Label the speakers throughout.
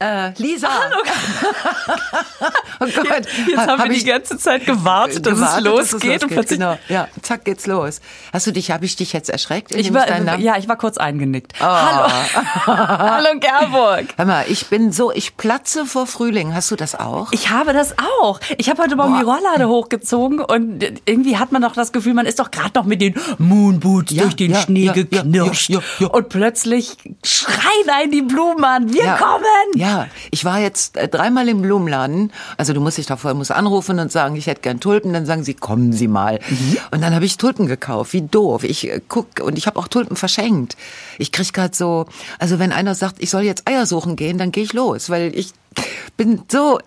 Speaker 1: Äh, Lisa.
Speaker 2: oh Gott. Ah, Jetzt, jetzt haben hab wir die ganze Zeit gewartet, dass gewartet, es losgeht. Dass es losgeht. Und plötzlich genau.
Speaker 1: Ja, zack, geht's los. Hast du dich, habe ich dich jetzt erschreckt?
Speaker 2: Ich war, ja, ich war kurz eingenickt. Oh. Hallo. Hallo Gerburg.
Speaker 1: Hör mal, ich bin so, ich platze vor Frühling. Hast du das auch?
Speaker 2: Ich habe das auch. Ich habe heute Morgen die Rolllade hochgezogen und irgendwie hat man doch das Gefühl, man ist doch gerade noch mit den Moonboots ja, durch den ja, Schnee ja, geknirscht. Und plötzlich schreien ein die Blumen an. Wir kommen!
Speaker 1: Ja, ich war jetzt äh, dreimal im Blumenladen. Also du musst dich da vorher musst anrufen und sagen, ich hätte gern Tulpen. Dann sagen sie, kommen Sie mal. Mhm. Und dann habe ich Tulpen gekauft. Wie doof. Ich äh, guck und ich habe auch Tulpen verschenkt. Ich krieg gerade so, also wenn einer sagt, ich soll jetzt Eier suchen gehen, dann gehe ich los, weil ich bin so,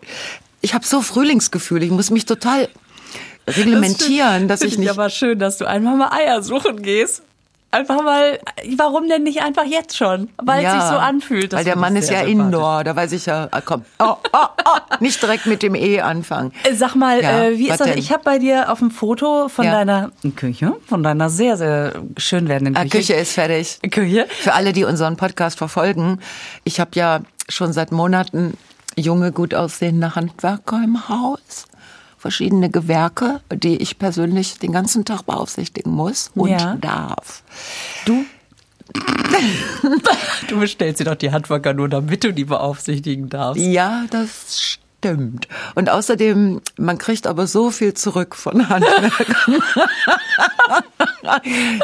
Speaker 1: ich habe so Frühlingsgefühl. Ich muss mich total reglementieren,
Speaker 2: das
Speaker 1: dass ich nicht.
Speaker 2: Ja, war schön, dass du einfach mal Eier suchen gehst einfach mal, warum denn nicht einfach jetzt schon? Weil ja, es sich so anfühlt.
Speaker 1: Weil der Mann ist ja indoor, da weiß ich ja, ah, komm, oh, oh, oh, nicht direkt mit dem E anfangen.
Speaker 2: Sag mal, ja, äh, wie ist das? Denn? Ich habe bei dir auf dem Foto von ja. deiner Küche, von deiner sehr, sehr schön werdenden Küche.
Speaker 1: Ah, Küche ist fertig.
Speaker 2: Küche.
Speaker 1: Für alle, die unseren Podcast verfolgen, ich habe ja schon seit Monaten junge, gut aussehende Handwerker im Haus verschiedene Gewerke, die ich persönlich den ganzen Tag beaufsichtigen muss und ja. darf.
Speaker 2: Du? du bestellst dir doch die Handwerker nur, damit du die beaufsichtigen darfst.
Speaker 1: Ja, das stimmt. Stimmt. Und außerdem, man kriegt aber so viel zurück von Handwerkern.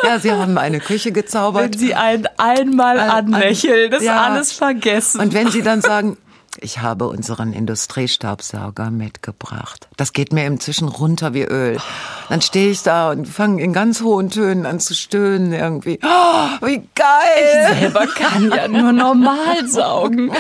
Speaker 1: ja, sie haben eine Küche gezaubert.
Speaker 2: Wenn sie einen einmal anlächeln, ist ja. alles vergessen.
Speaker 1: Äh, Und wenn sie dann sagen, ich habe unseren Industriestaubsauger mitgebracht. Das geht mir inzwischen runter wie Öl. Dann stehe ich da und fange in ganz hohen Tönen an zu stöhnen irgendwie. Oh, wie geil!
Speaker 2: Ich selber kann ja nur normal saugen.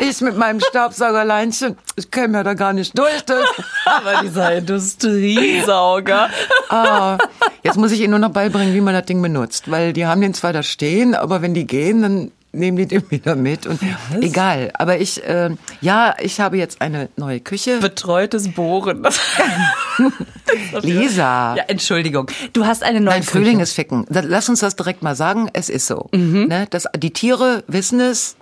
Speaker 1: Ich mit meinem Staubsaugerleinchen, ich käme ja da gar nicht durch. Das.
Speaker 2: Aber dieser Industriesauger.
Speaker 1: Ah, jetzt muss ich Ihnen nur noch beibringen, wie man das Ding benutzt. Weil die haben den zwar da stehen, aber wenn die gehen, dann nehmen die den wieder mit und Was? egal. Aber ich, äh, ja, ich habe jetzt eine neue Küche.
Speaker 2: Betreutes Bohren.
Speaker 1: Lisa.
Speaker 2: Ja, Entschuldigung. Du hast eine neue
Speaker 1: Nein, Frühling Küche. ist ficken. Lass uns das direkt mal sagen. Es ist so. Mhm. Ne? Das, die Tiere wissen es.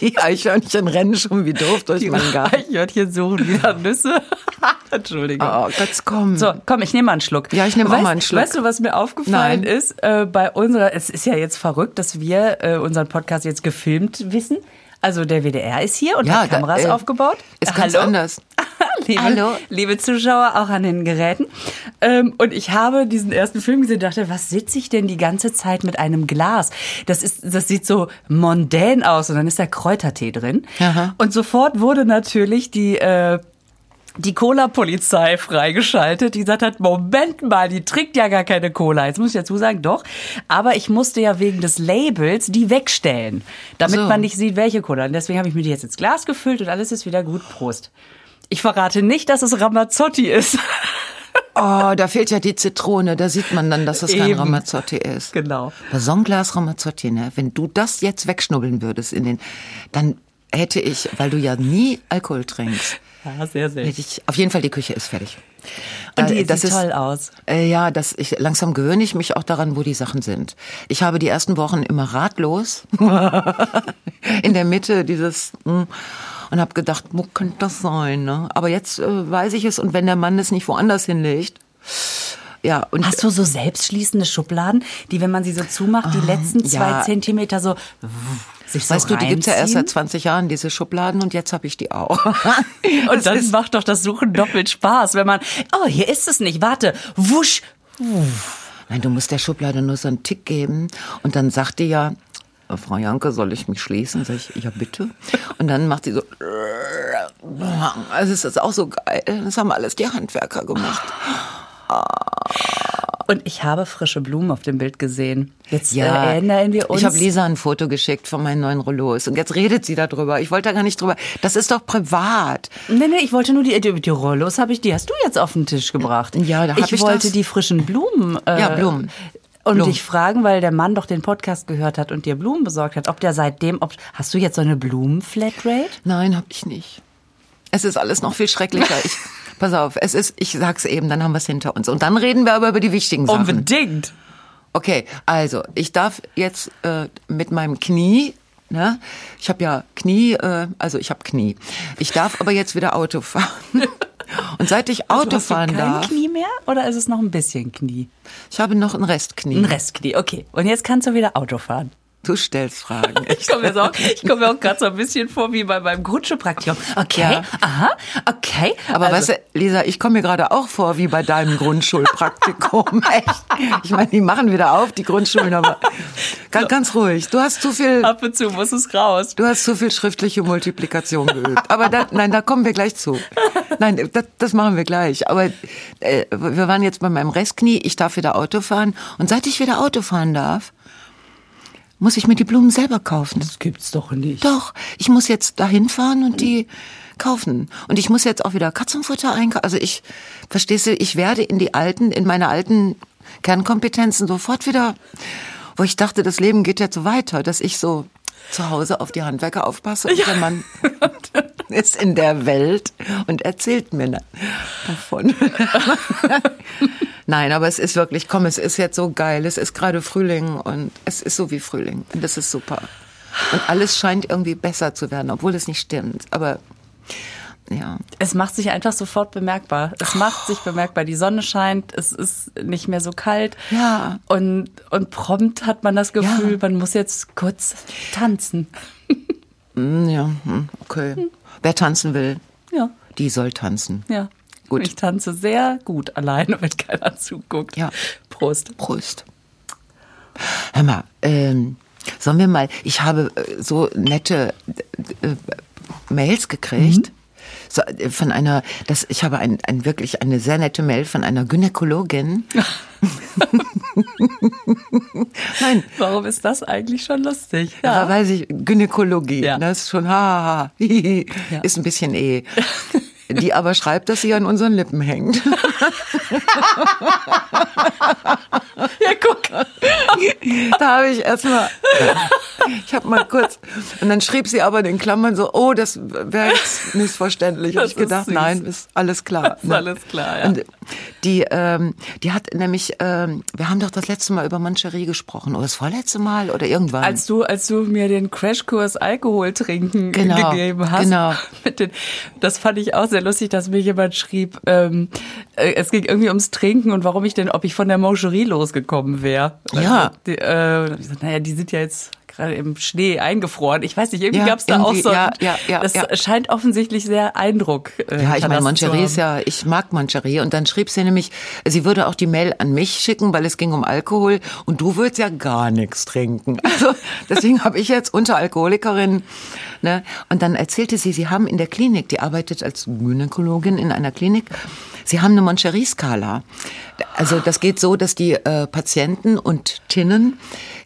Speaker 1: Die Eichhörnchen rennen schon wie doof durch
Speaker 2: die
Speaker 1: meinen Garten.
Speaker 2: Eichhörnchen suchen wieder Nüsse. Entschuldigung.
Speaker 1: Oh, jetzt komm.
Speaker 2: So, komm, ich nehme mal einen Schluck.
Speaker 1: Ja, ich nehme auch mal einen Schluck.
Speaker 2: Weißt du, was mir aufgefallen Nein. ist? Äh, bei unserer, es ist ja jetzt verrückt, dass wir äh, unseren Podcast jetzt gefilmt wissen. Also der WDR ist hier und ja, hat Kameras da, äh, aufgebaut.
Speaker 1: Ist ganz Hallo. anders.
Speaker 2: liebe, Hallo. liebe Zuschauer, auch an den Geräten. Ähm, und ich habe diesen ersten Film gesehen und dachte, was sitze ich denn die ganze Zeit mit einem Glas? Das, ist, das sieht so mondän aus und dann ist da Kräutertee drin. Aha. Und sofort wurde natürlich die... Äh, die Cola-Polizei freigeschaltet, die gesagt hat, Moment mal, die trinkt ja gar keine Cola. Jetzt muss ich dazu sagen, doch. Aber ich musste ja wegen des Labels die wegstellen, damit so. man nicht sieht, welche Cola. Und deswegen habe ich mir die jetzt ins Glas gefüllt und alles ist wieder gut. Prost. Ich verrate nicht, dass es Ramazzotti ist.
Speaker 1: Oh, da fehlt ja die Zitrone. Da sieht man dann, dass es Eben. kein Ramazzotti ist.
Speaker 2: Genau.
Speaker 1: Bei so einem Glas Ramazzotti, ne? Wenn du das jetzt wegschnubbeln würdest in den, dann hätte ich, weil du ja nie Alkohol trinkst.
Speaker 2: Ja, sehr, sehr.
Speaker 1: Ich, auf jeden Fall, die Küche ist fertig.
Speaker 2: Und die äh, das sieht ist, toll aus.
Speaker 1: Äh, ja, das, ich, langsam gewöhne ich mich auch daran, wo die Sachen sind. Ich habe die ersten Wochen immer ratlos in der Mitte dieses hm, und habe gedacht, wo könnte das sein? Ne? Aber jetzt äh, weiß ich es und wenn der Mann es nicht woanders hinlegt, ja, und
Speaker 2: Hast du so selbstschließende Schubladen, die, wenn man sie so zumacht, die letzten zwei Ah, ja. Zentimeter so
Speaker 1: sich Weißt so du, die gibt's ja erst seit 20 Jahren, diese Schubladen, und jetzt habe ich die auch.
Speaker 2: und dann macht doch das Suchen doppelt Spaß, wenn man, oh, hier ist es nicht, warte, wusch.
Speaker 1: Nein, du musst der Schublade nur so einen Tick geben und dann sagt die ja, "Äh, Frau Janke, soll ich mich schließen? Sag ich, ja bitte. Und dann macht sie so, also es ist auch so geil, das haben alles die Handwerker gemacht.
Speaker 2: Und ich habe frische Blumen auf dem Bild gesehen. Jetzt ja, äh, erinnern wir uns.
Speaker 1: Ich habe Lisa ein Foto geschickt von meinen neuen Rollos und jetzt redet sie darüber. Ich wollte da gar nicht drüber. Das ist doch privat.
Speaker 2: Nee, nee, ich wollte nur die, die, die Rollos habe ich, die hast du jetzt auf den Tisch gebracht.
Speaker 1: Ja, da habe ich
Speaker 2: Ich wollte das. die frischen Blumen.
Speaker 1: Äh, ja, Blumen.
Speaker 2: Und Blumen. dich fragen, weil der Mann doch den Podcast gehört hat und dir Blumen besorgt hat, ob der seitdem, ob, hast du jetzt so eine Blumen-Flatrate?
Speaker 1: Nein, habe ich nicht. Es ist alles noch viel schrecklicher. Ich, pass auf, es ist, ich sag's eben, dann haben wir es hinter uns. Und dann reden wir aber über die wichtigen Sachen.
Speaker 2: Unbedingt.
Speaker 1: Okay, also ich darf jetzt äh, mit meinem Knie, ne? Ich habe ja Knie, äh, also ich habe Knie. Ich darf aber jetzt wieder Auto fahren. Und seit ich Auto
Speaker 2: Also hast du
Speaker 1: fahren
Speaker 2: kein
Speaker 1: darf,
Speaker 2: Knie mehr oder ist es noch ein bisschen Knie?
Speaker 1: ich habe noch ein Restknie.
Speaker 2: Ein Restknie, okay. Und jetzt kannst du wieder Auto fahren.
Speaker 1: Du stellst Fragen.
Speaker 2: Ich komme mir auch, ich komm mir auch gerade so ein bisschen vor wie bei meinem Grundschulpraktikum. Okay,
Speaker 1: Ja.
Speaker 2: aha, okay.
Speaker 1: Aber
Speaker 2: Also,
Speaker 1: weißt du, Lisa, ich komme mir gerade auch vor wie bei deinem Grundschulpraktikum. Echt. Ich meine, die machen wieder auf, die Grundschulen, aber ganz, ganz ruhig. Du hast zu viel,
Speaker 2: ab und zu muss es raus.
Speaker 1: du hast zu viel schriftliche Multiplikation geübt. Aber da, nein, da kommen wir gleich zu. Nein, das, das machen wir gleich. Aber äh, wir waren jetzt bei meinem Restknie. Ich darf wieder Auto fahren. Und seit ich wieder Auto fahren darf, muss ich mir die Blumen selber kaufen.
Speaker 2: Das gibt's doch nicht.
Speaker 1: Doch, ich muss jetzt dahin fahren und die kaufen. Und ich muss jetzt auch wieder Katzenfutter einkaufen. Also ich, verstehst du, ich werde in die alten, in meine alten Kernkompetenzen sofort wieder, wo ich dachte, das Leben geht jetzt so weiter, dass ich so zu Hause auf die Handwerker aufpasse und der Mann ist in der Welt und erzählt mir na- davon. Nein, aber es ist wirklich, komm, es ist jetzt so geil. Es ist gerade Frühling und es ist so wie Frühling. Und das ist super. Und alles scheint irgendwie besser zu werden, obwohl es nicht stimmt. Aber ja.
Speaker 2: Es macht sich einfach sofort bemerkbar. Es macht sich bemerkbar. Die Sonne scheint, es ist nicht mehr so kalt.
Speaker 1: Ja.
Speaker 2: Und, und prompt hat man das Gefühl,
Speaker 1: Ja.
Speaker 2: man muss jetzt kurz tanzen.
Speaker 1: Hm, ja, hm, okay. Wer tanzen will,
Speaker 2: Ja,
Speaker 1: die soll tanzen.
Speaker 2: ja.
Speaker 1: Gut.
Speaker 2: Ich tanze sehr gut alleine, wenn keiner zuguckt.
Speaker 1: Ja.
Speaker 2: Prost.
Speaker 1: Prost. Hör mal, ähm, sollen wir mal, ich habe äh, so nette äh, äh, Mails gekriegt. So, äh, von einer, das, ich habe ein, ein, wirklich eine sehr nette Mail von einer Gynäkologin. Nein,
Speaker 2: Warum ist das eigentlich schon lustig?
Speaker 1: ja. weiß ich, Gynäkologie,
Speaker 2: Ja.
Speaker 1: das ist schon haha, hihi,
Speaker 2: Ja.
Speaker 1: ist ein bisschen eh. Die aber schreibt, dass sie an unseren Lippen hängt.
Speaker 2: ja guck.
Speaker 1: da habe ich erstmal, ich habe mal kurz, und dann schrieb sie aber in den Klammern so, oh, das wäre jetzt missverständlich.
Speaker 2: Das
Speaker 1: und ich gedacht,
Speaker 2: ist süß.
Speaker 1: nein, ist alles klar. ne?
Speaker 2: Ist alles klar, ja.
Speaker 1: Und die, ähm, die hat nämlich, ähm, wir haben doch das letzte Mal über Mancherie gesprochen, oder das vorletzte Mal, oder irgendwann.
Speaker 2: Als du, als du mir den Crashkurs Alkohol trinken
Speaker 1: Genau,
Speaker 2: gegeben hast.
Speaker 1: genau.
Speaker 2: Mit den, das fand ich auch sehr lustig, dass mir jemand schrieb, ähm, äh, es ging irgendwie ums Trinken und warum ich denn, ob ich von der Mangerie losgekommen wäre.
Speaker 1: Ja.
Speaker 2: Also, die, äh, hab ich gesagt, naja, die sind ja jetzt gerade im Schnee eingefroren. Ich weiß nicht, irgendwie
Speaker 1: Ja,
Speaker 2: gab's da auch
Speaker 1: irgendwie,
Speaker 2: so. ein-
Speaker 1: ja, ja, ja,
Speaker 2: das
Speaker 1: ja.
Speaker 2: scheint offensichtlich sehr Eindruck. Äh,
Speaker 1: Ja, ich meine,
Speaker 2: hinterlassen zu
Speaker 1: Mancherie
Speaker 2: haben.
Speaker 1: ist ja, ich mag Mancherie. Und dann schrieb sie nämlich, sie würde auch die Mail an mich schicken, weil es ging um Alkohol. Und du würdest ja gar nichts trinken. Also deswegen habe ich jetzt unter Alkoholikerin. Ne? Und dann erzählte sie, sie haben in der Klinik, die arbeitet als Gynäkologin in einer Klinik, sie haben eine Mancherie-Skala. Also das geht so, dass die äh, Patienten und Tinnen,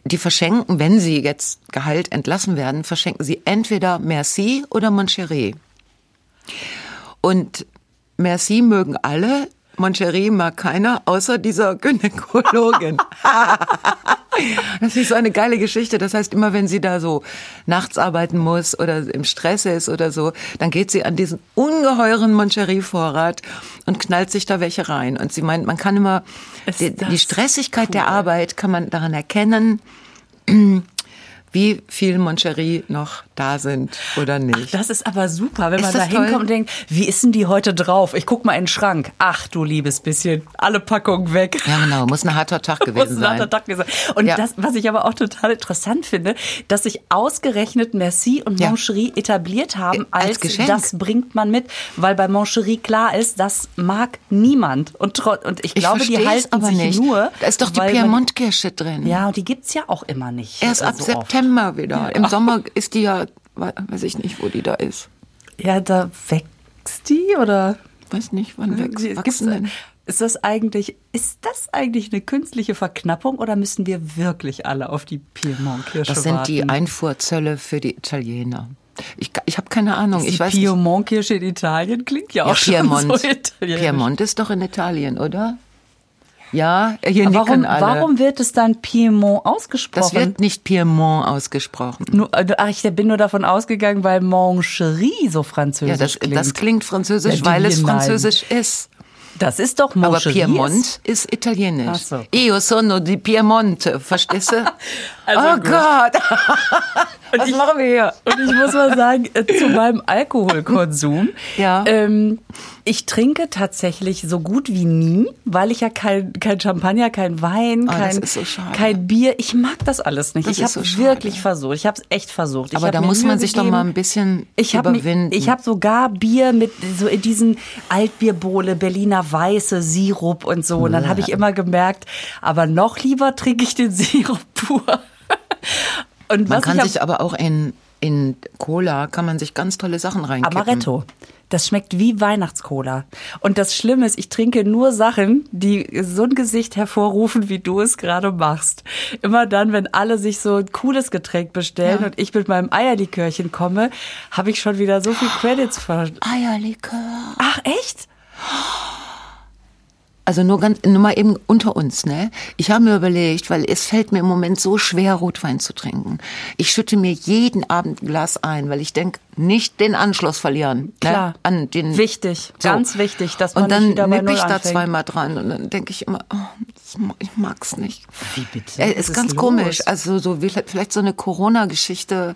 Speaker 1: die verschenken, wenn sie jetzt Gehalt entlassen werden, verschenken sie entweder Merci oder Mancherie. Und Merci mögen alle, Moncherie mag keiner, außer dieser Gynäkologin. das ist so eine geile Geschichte. Das heißt, immer wenn sie da so nachts arbeiten muss oder im Stress ist oder so, dann geht sie an diesen ungeheuren Moncherie-Vorrat und knallt sich da welche rein. Und sie meint, man kann immer
Speaker 2: Ist
Speaker 1: die,
Speaker 2: das
Speaker 1: die Stressigkeit der Arbeit kann man daran erkennen, wie viel Moncherie noch da sind oder nicht.
Speaker 2: Das ist aber super, wenn
Speaker 1: Ist
Speaker 2: man da
Speaker 1: das
Speaker 2: hinkommt
Speaker 1: toll?
Speaker 2: und denkt, wie ist denn die heute drauf? Ich guck mal in den Schrank. Ach du liebes bisschen, alle Packungen weg.
Speaker 1: ja, genau. Muss ein harter Tag
Speaker 2: Muss
Speaker 1: gewesen
Speaker 2: ein
Speaker 1: sein.
Speaker 2: harter Tag gewesen sein. Und
Speaker 1: Ja.
Speaker 2: das, was ich aber auch total interessant finde, dass sich ausgerechnet Merci und
Speaker 1: Ja.
Speaker 2: Mancherie etabliert haben
Speaker 1: Äh,
Speaker 2: als,
Speaker 1: als Geschenk.
Speaker 2: das bringt man mit, weil bei Mancherie klar ist, das mag niemand. Und, tro- und ich glaube, die
Speaker 1: versteh's
Speaker 2: halten sich nur.
Speaker 1: Da ist doch die
Speaker 2: weil man-
Speaker 1: Piemontkirsche drin.
Speaker 2: Ja, und die gibt's ja auch immer nicht.
Speaker 1: Erst
Speaker 2: äh,
Speaker 1: ab
Speaker 2: so oft.
Speaker 1: September wieder. Im Sommer ist die ja, we- weiß ich nicht, wo die da ist.
Speaker 2: Ja, da wächst die oder?
Speaker 1: Weiß nicht, wann wächst,
Speaker 2: Wie- Hm, gibt's-
Speaker 1: wachsen denn?
Speaker 2: Ist das eigentlich, ist das eigentlich eine künstliche Verknappung oder müssen wir wirklich alle auf die Piemont-Kirsche
Speaker 1: Das sind die
Speaker 2: warten?
Speaker 1: Einfuhrzölle für die Italiener. Ich, ich habe keine Ahnung. Ich
Speaker 2: die
Speaker 1: weiß nicht.
Speaker 2: Piemont-Kirsche in Italien klingt ja auch
Speaker 1: Ja,
Speaker 2: schon
Speaker 1: Piemont.
Speaker 2: so italienisch.
Speaker 1: Piemont ist doch in Italien, oder? Ja, hier
Speaker 2: Warum,
Speaker 1: nicken alle.
Speaker 2: warum wird es dann Piemont ausgesprochen?
Speaker 1: Das wird nicht Piemont ausgesprochen.
Speaker 2: nur, äh, ach, ich bin nur davon ausgegangen, weil Mancherie so französisch
Speaker 1: Ja, das,
Speaker 2: klingt.
Speaker 1: das klingt französisch,
Speaker 2: Ja, die
Speaker 1: weil es
Speaker 2: hier nein.
Speaker 1: französisch ist.
Speaker 2: Das ist doch
Speaker 1: Aber
Speaker 2: Moncheries.
Speaker 1: Piemont ist italienisch.
Speaker 2: Ach so.
Speaker 1: Io sono di Piemonte, verstehst du?
Speaker 2: Also
Speaker 1: oh
Speaker 2: gut.
Speaker 1: Gott. Was
Speaker 2: ich-
Speaker 1: machen wir hier?
Speaker 2: Und ich muss mal sagen, äh, zu meinem Alkoholkonsum.
Speaker 1: Ja.
Speaker 2: Ähm, ich trinke tatsächlich so gut wie nie, weil ich ja kein, kein Champagner, kein Wein,
Speaker 1: Ah, das
Speaker 2: kein,
Speaker 1: ist so schade.
Speaker 2: kein Bier. Ich mag das alles nicht.
Speaker 1: Das
Speaker 2: ich
Speaker 1: ist
Speaker 2: habe
Speaker 1: so schade.
Speaker 2: wirklich versucht. Ich habe es echt versucht. Ich
Speaker 1: Aber
Speaker 2: hab
Speaker 1: da
Speaker 2: mir
Speaker 1: muss
Speaker 2: Mühe
Speaker 1: man sich doch
Speaker 2: gegeben.
Speaker 1: mal ein bisschen
Speaker 2: ich hab mich-
Speaker 1: überwinden.
Speaker 2: Ich habe sogar Bier mit so in diesen Altbierbowle, Berliner Weiße, Sirup und so. Und dann habe ich immer gemerkt, aber noch lieber trinke ich den Sirup pur. Und
Speaker 1: Man
Speaker 2: was
Speaker 1: kann
Speaker 2: ich hab-
Speaker 1: sich aber auch in, in Cola kann man sich ganz tolle Sachen reinkippen.
Speaker 2: Amaretto. Das schmeckt wie Weihnachtscola. Und das Schlimme ist, ich trinke nur Sachen, die so ein Gesicht hervorrufen, wie du es gerade machst. Immer dann, wenn alle sich so ein cooles Getränk bestellen und ich mit meinem Eierlikörchen komme, habe ich schon wieder so viel Credits ver...
Speaker 1: Eierlikör.
Speaker 2: Ach, echt?
Speaker 1: Also nur ganz, nur mal eben unter uns, ne? Ich habe mir überlegt, weil es fällt mir im Moment so schwer, Rotwein zu trinken. Ich schütte mir jeden Abend ein Glas ein, weil ich denk, nicht den Anschluss verlieren.
Speaker 2: Klar.
Speaker 1: Ne? An den,
Speaker 2: Wichtig. Ganz wichtig, dass man
Speaker 1: Und dann
Speaker 2: nicht wieder bei
Speaker 1: nippe
Speaker 2: Null
Speaker 1: ich da
Speaker 2: anfängt.
Speaker 1: zweimal dran und dann denke ich immer, oh, das ma- ich mag's nicht.
Speaker 2: Wie bitte?
Speaker 1: Äh,
Speaker 2: Was
Speaker 1: ist
Speaker 2: ist
Speaker 1: ganz
Speaker 2: los?
Speaker 1: komisch. Also so wie- vielleicht so eine Corona-Geschichte.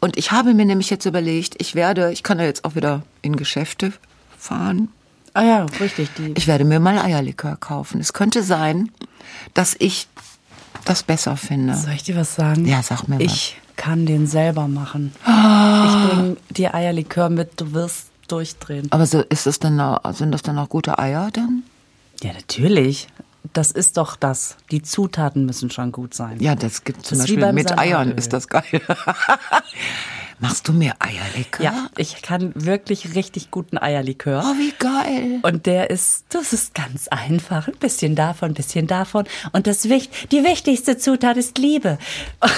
Speaker 1: Und ich habe mir nämlich jetzt überlegt, ich werde, ich kann ja jetzt auch wieder in Geschäfte fahren.
Speaker 2: Ah ja, richtig. Die.
Speaker 1: Ich werde mir mal Eierlikör kaufen. Es könnte sein, dass ich das besser finde.
Speaker 2: Soll ich dir was sagen?
Speaker 1: Ja, sag mir was.
Speaker 2: Ich kann den selber machen. Ich bringe dir Eierlikör mit, du wirst durchdrehen.
Speaker 1: Aber so ist das dann, auch- sind das dann auch gute Eier dann?
Speaker 2: Ja, natürlich. Das ist doch das. Die Zutaten müssen schon gut sein.
Speaker 1: Ja, das gibt zum
Speaker 2: Das ist wie
Speaker 1: Beispiel
Speaker 2: beim
Speaker 1: mit Eiern
Speaker 2: Salatöl.
Speaker 1: ist das geil. Machst du mir Eierlikör?
Speaker 2: Ja, ich kann wirklich richtig guten Eierlikör.
Speaker 1: Oh, wie geil.
Speaker 2: Und der ist, das ist ganz einfach. Ein bisschen davon, ein bisschen davon. Und das Wicht, die wichtigste Zutat ist Liebe.
Speaker 1: Ach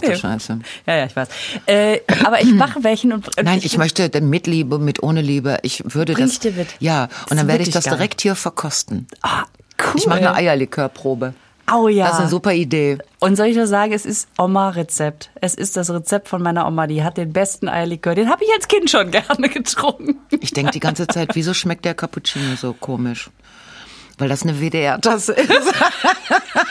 Speaker 1: du Scheiße.
Speaker 2: Ja, ja, ich weiß. Äh, aber ich mache welchen und. und
Speaker 1: Nein, ich möchte dann mit Liebe, mit ohne Liebe. Ich würde
Speaker 2: Bring
Speaker 1: das.
Speaker 2: ich dir mit.
Speaker 1: Ja,
Speaker 2: Das
Speaker 1: und
Speaker 2: ist
Speaker 1: dann werde ich
Speaker 2: wirklich
Speaker 1: das
Speaker 2: geil.
Speaker 1: direkt hier verkosten.
Speaker 2: Ah, cool.
Speaker 1: Ich mache eine Eierlikörprobe.
Speaker 2: Au ja.
Speaker 1: Das ist eine super Idee.
Speaker 2: Und soll ich nur sagen, es ist Oma-Rezept. Es ist das Rezept von meiner Oma. Die hat den besten Eierlikör. Den habe ich als Kind schon gerne getrunken.
Speaker 1: Ich denke die ganze Zeit, wieso schmeckt der Cappuccino so komisch? Weil das eine WDR-Tasse ist.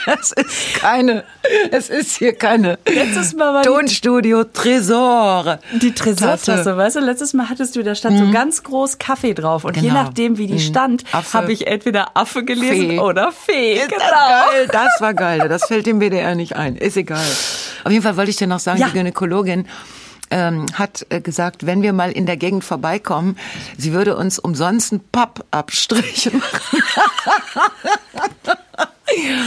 Speaker 1: es ist keine, es ist hier keine
Speaker 2: Letztes Mal war die-
Speaker 1: Tonstudio Tresor.
Speaker 2: Die Tresortasse,
Speaker 1: Tasse.
Speaker 2: weißt du, letztes Mal hattest du, da stand so ganz groß Kaffee drauf. Und je
Speaker 1: Hm. Genau.
Speaker 2: nachdem, wie die stand,
Speaker 1: Affe.
Speaker 2: habe ich entweder Affe gelesen
Speaker 1: Fee.
Speaker 2: oder Fee.
Speaker 1: Ist
Speaker 2: genau.
Speaker 1: das geil? Das war geil. Das fällt dem WDR nicht ein. Ist egal. Auf jeden Fall wollte ich dir noch sagen,
Speaker 2: Ja.
Speaker 1: die Gynäkologin ähm, hat äh, gesagt, wenn wir mal in der Gegend vorbeikommen, sie würde uns umsonst einen Pappabstrich machen.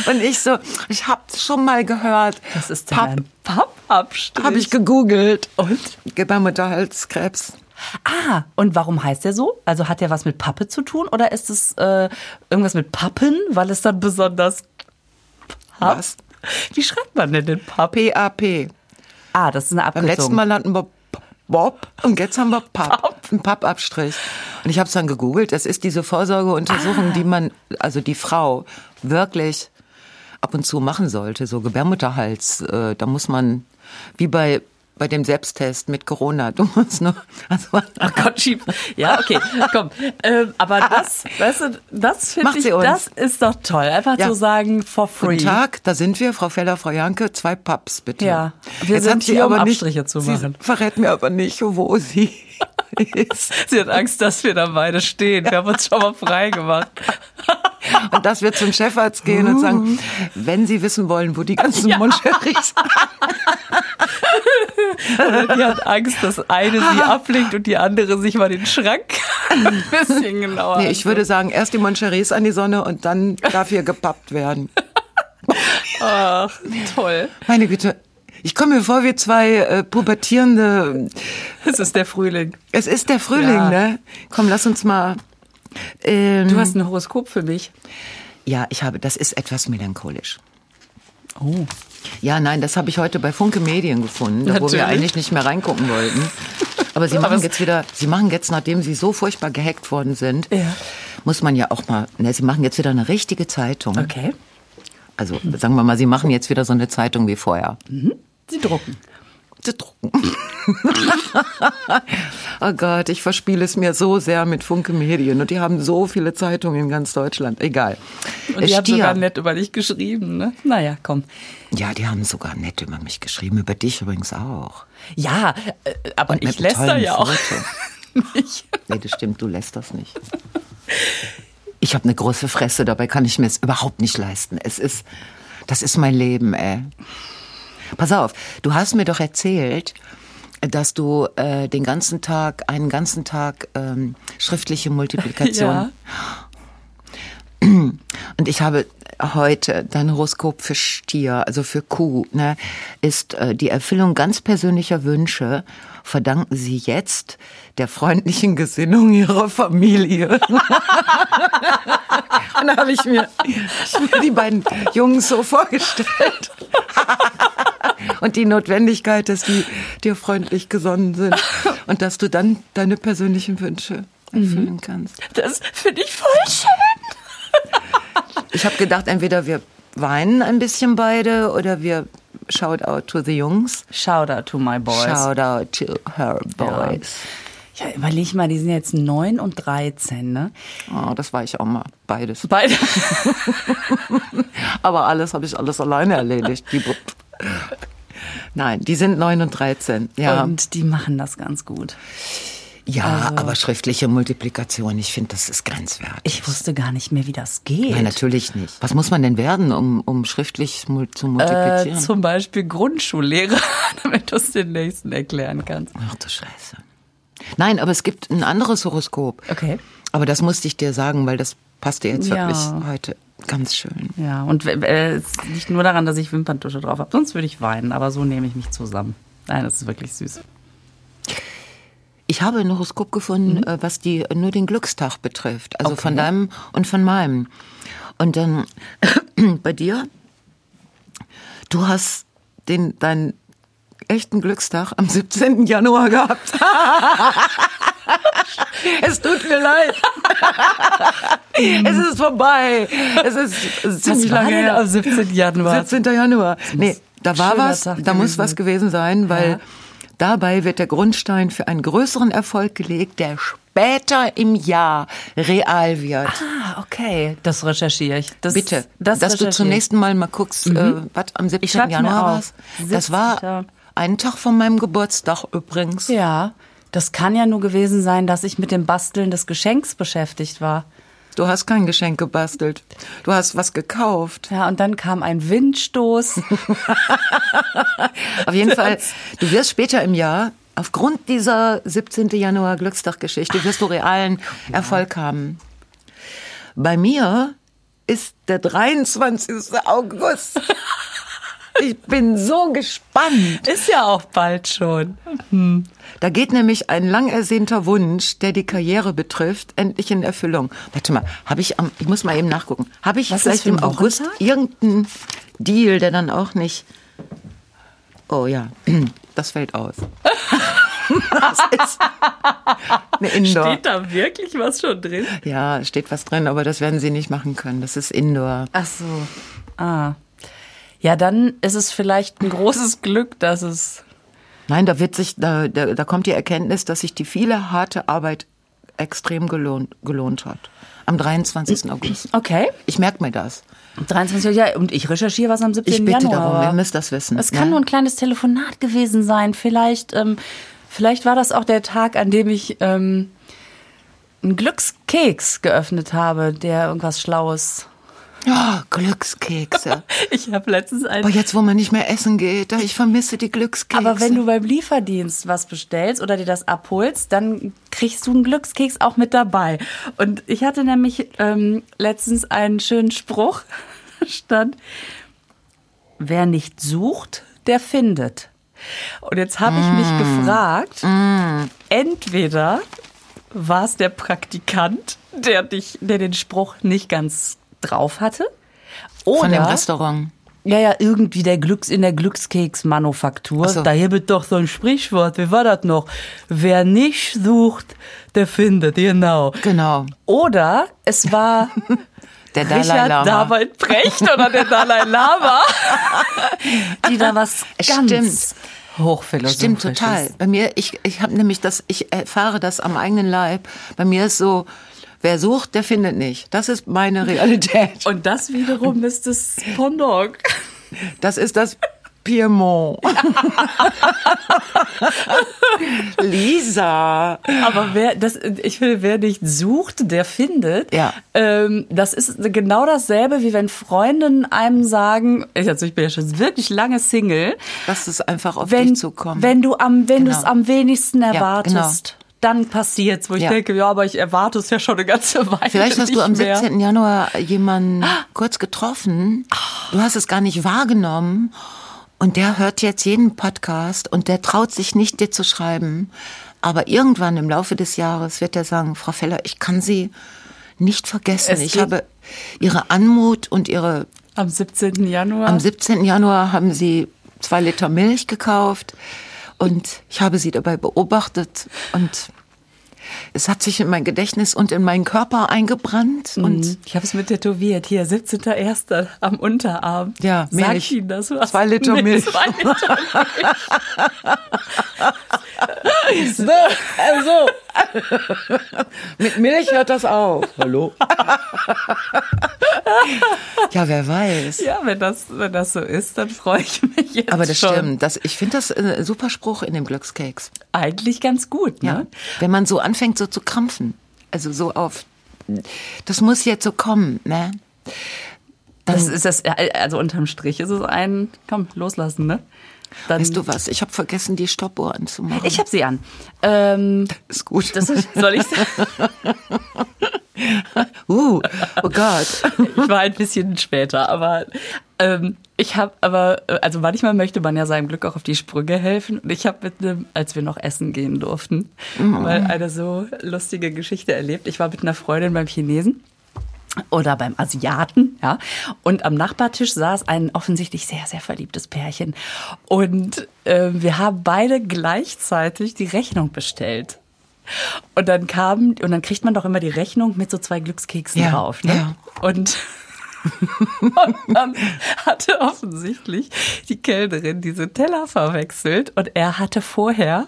Speaker 1: Und ich so, ich hab's schon mal gehört.
Speaker 2: Das ist denn
Speaker 1: Papp,
Speaker 2: ein Pappabstrich.
Speaker 1: habe ich gegoogelt.
Speaker 2: Und?
Speaker 1: Gebärmutterhalskrebs.
Speaker 2: Ah, und warum heißt der so? Also hat der was mit Pappe zu tun oder ist es äh, irgendwas mit Pappen, weil es dann besonders Papp-
Speaker 1: Was?
Speaker 2: Wie schreibt man denn den Pappe?
Speaker 1: PAP.
Speaker 2: Ah, das ist eine
Speaker 1: Beim
Speaker 2: Abkürzung.
Speaker 1: letzten Mal hatten wir P- Bob und jetzt haben wir Papp, einen Pappabstrich. Und ich habe es dann gegoogelt. Das ist diese
Speaker 2: Ah.
Speaker 1: Vorsorgeuntersuchung, die man, also die Frau wirklich ab und zu machen sollte. So Gebärmutterhals, äh, da muss man, wie bei bei dem Selbsttest mit Corona, du musst nur, also
Speaker 2: Oh Gott, schieb. Ja, okay, komm. Ähm, aber das, weißt du, das
Speaker 1: Ah. Macht
Speaker 2: finde ich,
Speaker 1: sie uns.
Speaker 2: das ist doch toll. Einfach
Speaker 1: Ja.
Speaker 2: zu sagen, for free.
Speaker 1: Guten Tag, da sind wir, Frau Feller, Frau Janke, zwei Paps bitte.
Speaker 2: Ja, wir sind
Speaker 1: hat sie
Speaker 2: hier, um
Speaker 1: aber nicht-
Speaker 2: Abstriche zu machen.
Speaker 1: Sie verrät mir aber nicht, wo sie ist.
Speaker 2: Sie hat Angst, dass wir da beide stehen. Wir haben uns schon mal frei gemacht.
Speaker 1: Und dass wir zum Chefarzt gehen und sagen, wenn Sie wissen wollen, wo die ganzen
Speaker 2: Ja.
Speaker 1: Moncheries
Speaker 2: Die hat Angst, dass eine sie
Speaker 1: Ah.
Speaker 2: ablenkt und die andere sich mal den Schrank ein bisschen genauer.
Speaker 1: Nee, ich würde sagen, erst die Moncheries an die Sonne und dann darf hier gepappt werden.
Speaker 2: anguckt. Ach, toll.
Speaker 1: Meine Güte. Ich komme mir vor wie zwei äh, pubertierende.
Speaker 2: Es ist der Frühling.
Speaker 1: Es ist der Frühling,
Speaker 2: Ja.
Speaker 1: ne? Komm, lass uns mal. Ähm,
Speaker 2: Du hast ein Horoskop für mich.
Speaker 1: ja, ich habe. Das ist etwas melancholisch.
Speaker 2: Oh.
Speaker 1: Ja, nein, das habe ich heute bei Funke Medien gefunden, da wo wir
Speaker 2: Natürlich.
Speaker 1: eigentlich nicht mehr reingucken wollten. Aber sie
Speaker 2: Aber
Speaker 1: machen
Speaker 2: es-
Speaker 1: jetzt wieder, sie machen jetzt, nachdem sie so furchtbar gehackt worden sind,
Speaker 2: Ja.
Speaker 1: muss man ja auch mal, ne, sie machen jetzt wieder eine richtige Zeitung.
Speaker 2: Okay.
Speaker 1: Also sagen wir mal, sie machen jetzt wieder so eine Zeitung wie vorher.
Speaker 2: Sie drucken.
Speaker 1: Sie drucken. oh Gott, ich verspiele es mir so sehr mit Funke Medien und die haben so viele Zeitungen in ganz Deutschland. Egal.
Speaker 2: Und die haben sogar nett über dich geschrieben, ne? Naja, komm.
Speaker 1: Ja, die haben sogar nett über mich geschrieben, über dich übrigens auch.
Speaker 2: Ja, äh, aber
Speaker 1: Und
Speaker 2: ich
Speaker 1: mit einem
Speaker 2: läster
Speaker 1: tollen
Speaker 2: ja auch
Speaker 1: Foto.
Speaker 2: nicht.
Speaker 1: Nee, das stimmt, du lässt das nicht. Ich habe eine große Fresse, dabei kann ich mir es überhaupt nicht leisten. Es ist, das ist mein Leben, ey. Pass auf, du hast mir doch erzählt, dass du äh, den ganzen Tag, einen ganzen Tag ähm, schriftliche Multiplikation.
Speaker 2: Ja.
Speaker 1: Und ich habe heute dein Horoskop für Stier, also für Kuh, ne, ist äh, die Erfüllung ganz persönlicher Wünsche. Verdanken Sie jetzt der freundlichen Gesinnung Ihrer Familie. Und da habe ich mir, ich mir die beiden Jungs so vorgestellt. Und die Notwendigkeit, dass die dir freundlich gesonnen sind. Und dass du dann deine persönlichen Wünsche erfüllen kannst.
Speaker 2: Das finde ich voll schön.
Speaker 1: Ich habe gedacht, entweder wir weinen ein bisschen beide oder wir shout out to the Jungs.
Speaker 2: Shout out to my boys.
Speaker 1: Shout out to her boys.
Speaker 2: Ja, überleg mal, die sind jetzt 9 und 13, ne?
Speaker 1: Oh, das war ich auch mal, beides.
Speaker 2: Beide.
Speaker 1: Aber alles habe ich alles alleine erledigt. Die Br- Nein, die sind 9 und 13. Ja,
Speaker 2: Und die machen das ganz gut.
Speaker 1: ja aber schriftliche Multiplikation, ich finde, das ist grenzwertig.
Speaker 2: Also Ich wusste gar nicht mehr, wie das geht.
Speaker 1: Nein, natürlich nicht. Was muss man denn werden, um, um schriftlich mul zu
Speaker 2: äh,
Speaker 1: multiplizieren?
Speaker 2: zum Beispiel Grundschullehrer, damit du es den nächsten erklären kannst.
Speaker 1: Ach du Scheiße. Nein, aber es gibt ein anderes Horoskop.
Speaker 2: Okay.
Speaker 1: Aber das musste ich dir sagen, weil das passte jetzt
Speaker 2: Ja.
Speaker 1: wirklich heute ganz schön.
Speaker 2: Ja, und äh, es liegt nur daran, dass ich Wimperntusche drauf habe. Sonst würde ich weinen, aber so nehme ich mich zusammen. Nein, das ist wirklich süß.
Speaker 1: Ich habe ein Horoskop
Speaker 2: Mhm.
Speaker 1: gefunden, äh, was die nur den Glückstag betrifft. Also von deinem und von meinem. Und dann bei dir, du hast den, deinen echten Glückstag am 17. Januar gehabt. es tut mir leid.
Speaker 2: Mhm.
Speaker 1: es ist vorbei. Es ist ziemlich
Speaker 2: war
Speaker 1: lange
Speaker 2: denn
Speaker 1: her.
Speaker 2: am 17. Januar?
Speaker 1: 17. Januar. Nee, da war
Speaker 2: schöner
Speaker 1: was,
Speaker 2: Tag
Speaker 1: da muss
Speaker 2: gewesen
Speaker 1: was
Speaker 2: sein.
Speaker 1: gewesen sein, weil
Speaker 2: Ja.
Speaker 1: dabei wird der Grundstein für einen größeren Erfolg gelegt, der später im Jahr real wird.
Speaker 2: Ah, okay. Das recherchiere ich. Das,
Speaker 1: Bitte,
Speaker 2: das
Speaker 1: dass du
Speaker 2: recherchiere
Speaker 1: zum
Speaker 2: ich. Mhm.
Speaker 1: nächsten Mal mal guckst, äh, was am 17.
Speaker 2: schreib's mir
Speaker 1: Januar war.
Speaker 2: auf.
Speaker 1: Das
Speaker 2: 17..
Speaker 1: war ein Tag von meinem Geburtstag übrigens.
Speaker 2: Ja, das kann ja nur gewesen sein, dass ich mit dem Basteln des Geschenks beschäftigt war.
Speaker 1: Du hast kein Geschenk gebastelt. Du hast was gekauft.
Speaker 2: Ja, und dann kam ein Windstoß.
Speaker 1: Auf jeden Fall, du wirst später im Jahr aufgrund dieser 17. Januar Glückstaggeschichte wirst du realen Erfolg haben. Bei mir ist der 23. August. Ich bin so gespannt.
Speaker 2: Ist ja auch bald schon.
Speaker 1: Da geht nämlich ein lang ersehnter Wunsch, der die Karriere betrifft, endlich in Erfüllung. Warte mal, habe ich am, ich muss mal eben nachgucken. Habe ich
Speaker 2: Was ist
Speaker 1: vielleicht
Speaker 2: für ein
Speaker 1: im August
Speaker 2: Wochentag?
Speaker 1: irgendeinen Deal, der dann auch nicht. Oh ja, das fällt aus. das ist eine Indoor.
Speaker 2: Steht da wirklich was schon drin?
Speaker 1: Ja, steht was drin, aber das werden sie nicht machen können. Das ist Indoor.
Speaker 2: Ach so. Ah. Ja, dann ist es vielleicht ein großes Glück, dass es.
Speaker 1: Nein, da wird sich, da, da, da kommt die Erkenntnis, dass sich die viele harte Arbeit extrem gelohnt, gelohnt hat. Am 23. August.
Speaker 2: Okay.
Speaker 1: Ich merke mir das.
Speaker 2: 23. Ja, und ich recherchiere was am 17.
Speaker 1: Ich bitte
Speaker 2: Januar.
Speaker 1: darum,
Speaker 2: war.
Speaker 1: ihr müsst das wissen.
Speaker 2: Es kann
Speaker 1: ne?
Speaker 2: nur ein kleines Telefonat gewesen sein. Vielleicht, ähm, vielleicht war das auch der Tag, an dem ich ähm, einen Glückskeks geöffnet habe, der irgendwas Schlaues.
Speaker 1: oh, Glückskekse.
Speaker 2: Ich habe letztens einen.
Speaker 1: Aber jetzt, wo man nicht mehr essen geht, ich vermisse die Glückskekse.
Speaker 2: Aber wenn du beim Lieferdienst was bestellst oder dir das abholst, dann kriegst du einen Glückskeks auch mit dabei. Und ich hatte nämlich ähm, letztens einen schönen Spruch, Da stand, wer nicht sucht, der findet. Und jetzt habe ich
Speaker 1: Mm.
Speaker 2: mich gefragt, entweder war es der Praktikant, der, dich, der den Spruch nicht ganz drauf hatte, oder
Speaker 1: Von dem Restaurant.
Speaker 2: ja, ja, irgendwie der Glücks in der Glückskeksmanufaktur.
Speaker 1: Ach so.
Speaker 2: Da gibt doch so ein Sprichwort. Wie war das noch? Wer nicht sucht, der findet. Genau.
Speaker 1: Genau.
Speaker 2: Oder es war
Speaker 1: Der Dalai
Speaker 2: Richard
Speaker 1: Lama.
Speaker 2: David Precht oder der Dalai Lama, die da was ganz
Speaker 1: Stimmt.
Speaker 2: hochphilosophisch
Speaker 1: Stimmt total.
Speaker 2: ist.
Speaker 1: Bei mir, ich, ich habe nämlich das, ich erfahre das am eigenen Leib. Bei mir ist so, wer sucht, der findet nicht. Das ist meine Realität.
Speaker 2: Und das wiederum ist das Pondog.
Speaker 1: Das ist das Piemont. Lisa.
Speaker 2: Aber wer das, ich finde, wer nicht sucht, der findet.
Speaker 1: Ja.
Speaker 2: Ähm, das ist genau dasselbe, wie wenn Freundinnen einem sagen, ich- also ich bin ja schon wirklich lange Single.
Speaker 1: Lass es einfach auf
Speaker 2: wenn,
Speaker 1: dich zukommen.
Speaker 2: Wenn du am, wenn du
Speaker 1: Genau.
Speaker 2: es am wenigsten erwartest,
Speaker 1: genau.
Speaker 2: dann passiert's, wo ich
Speaker 1: Ja.
Speaker 2: denke, ja, aber ich erwarte es ja schon eine ganze Weile.
Speaker 1: Vielleicht hast
Speaker 2: nicht
Speaker 1: du am
Speaker 2: mehr.
Speaker 1: 17. Januar jemanden kurz getroffen. Du hast es gar nicht wahrgenommen. Und der hört jetzt jeden Podcast und der traut sich nicht, dir zu schreiben. Aber irgendwann im Laufe des Jahres wird er sagen, Frau Feller, ich kann Sie nicht vergessen.
Speaker 2: Es
Speaker 1: ich
Speaker 2: geht-
Speaker 1: habe Ihre Anmut und Ihre
Speaker 2: Am 17. Januar.
Speaker 1: am 17. Januar haben sie zwei Liter Milch gekauft und ich habe sie dabei beobachtet und es hat sich in mein Gedächtnis und in meinen Körper eingebrannt und
Speaker 2: ich habe es mit tätowiert. Hier, 17.01. am Unterarm.
Speaker 1: Ja,
Speaker 2: Sag
Speaker 1: Milch.
Speaker 2: ihnen das was.
Speaker 1: Zwei Liter
Speaker 2: Nee,
Speaker 1: Milch.
Speaker 2: Zwei Liter
Speaker 1: so, also. mit Milch hört das auf. Hallo? ja, wer weiß.
Speaker 2: Ja, wenn das, wenn das so ist, dann freue ich mich jetzt
Speaker 1: Aber das
Speaker 2: schon.
Speaker 1: stimmt. Das, ich finde das äh, ein super Spruch in dem Glückskeks.
Speaker 2: Eigentlich ganz gut,
Speaker 1: Ja.
Speaker 2: ne?
Speaker 1: Wenn man so anfängt, so zu krampfen, also so auf, das muss jetzt so kommen, ne?
Speaker 2: Das ist das, also unterm Strich ist es ein, komm, loslassen, ne? Dann,
Speaker 1: Weißt du was? Ich habe vergessen, die Stoppuhr anzumachen.
Speaker 2: ich habe sie an. Ähm,
Speaker 1: ist gut.
Speaker 2: das soll ich sagen?
Speaker 1: uh, oh Gott.
Speaker 2: Ich war ein bisschen später, aber ähm, ich habe aber, äh, also manchmal möchte man ja seinem Glück auch auf die Sprünge helfen. Und ich habe mit einem, als wir noch essen gehen durften,
Speaker 1: Oh.
Speaker 2: mal eine so lustige Geschichte erlebt. Ich war mit einer Freundin beim Chinesen. Oder beim Asiaten, ja. Und am Nachbartisch saß ein offensichtlich sehr, sehr verliebtes Pärchen. Und äh, wir haben beide gleichzeitig die Rechnung bestellt. Und dann kam, und dann kriegt man doch immer die Rechnung mit so zwei Glückskeksen
Speaker 1: Ja,
Speaker 2: drauf. Ne?
Speaker 1: ja.
Speaker 2: Und, und dann hatte offensichtlich die Kellnerin diese Teller verwechselt und er hatte vorher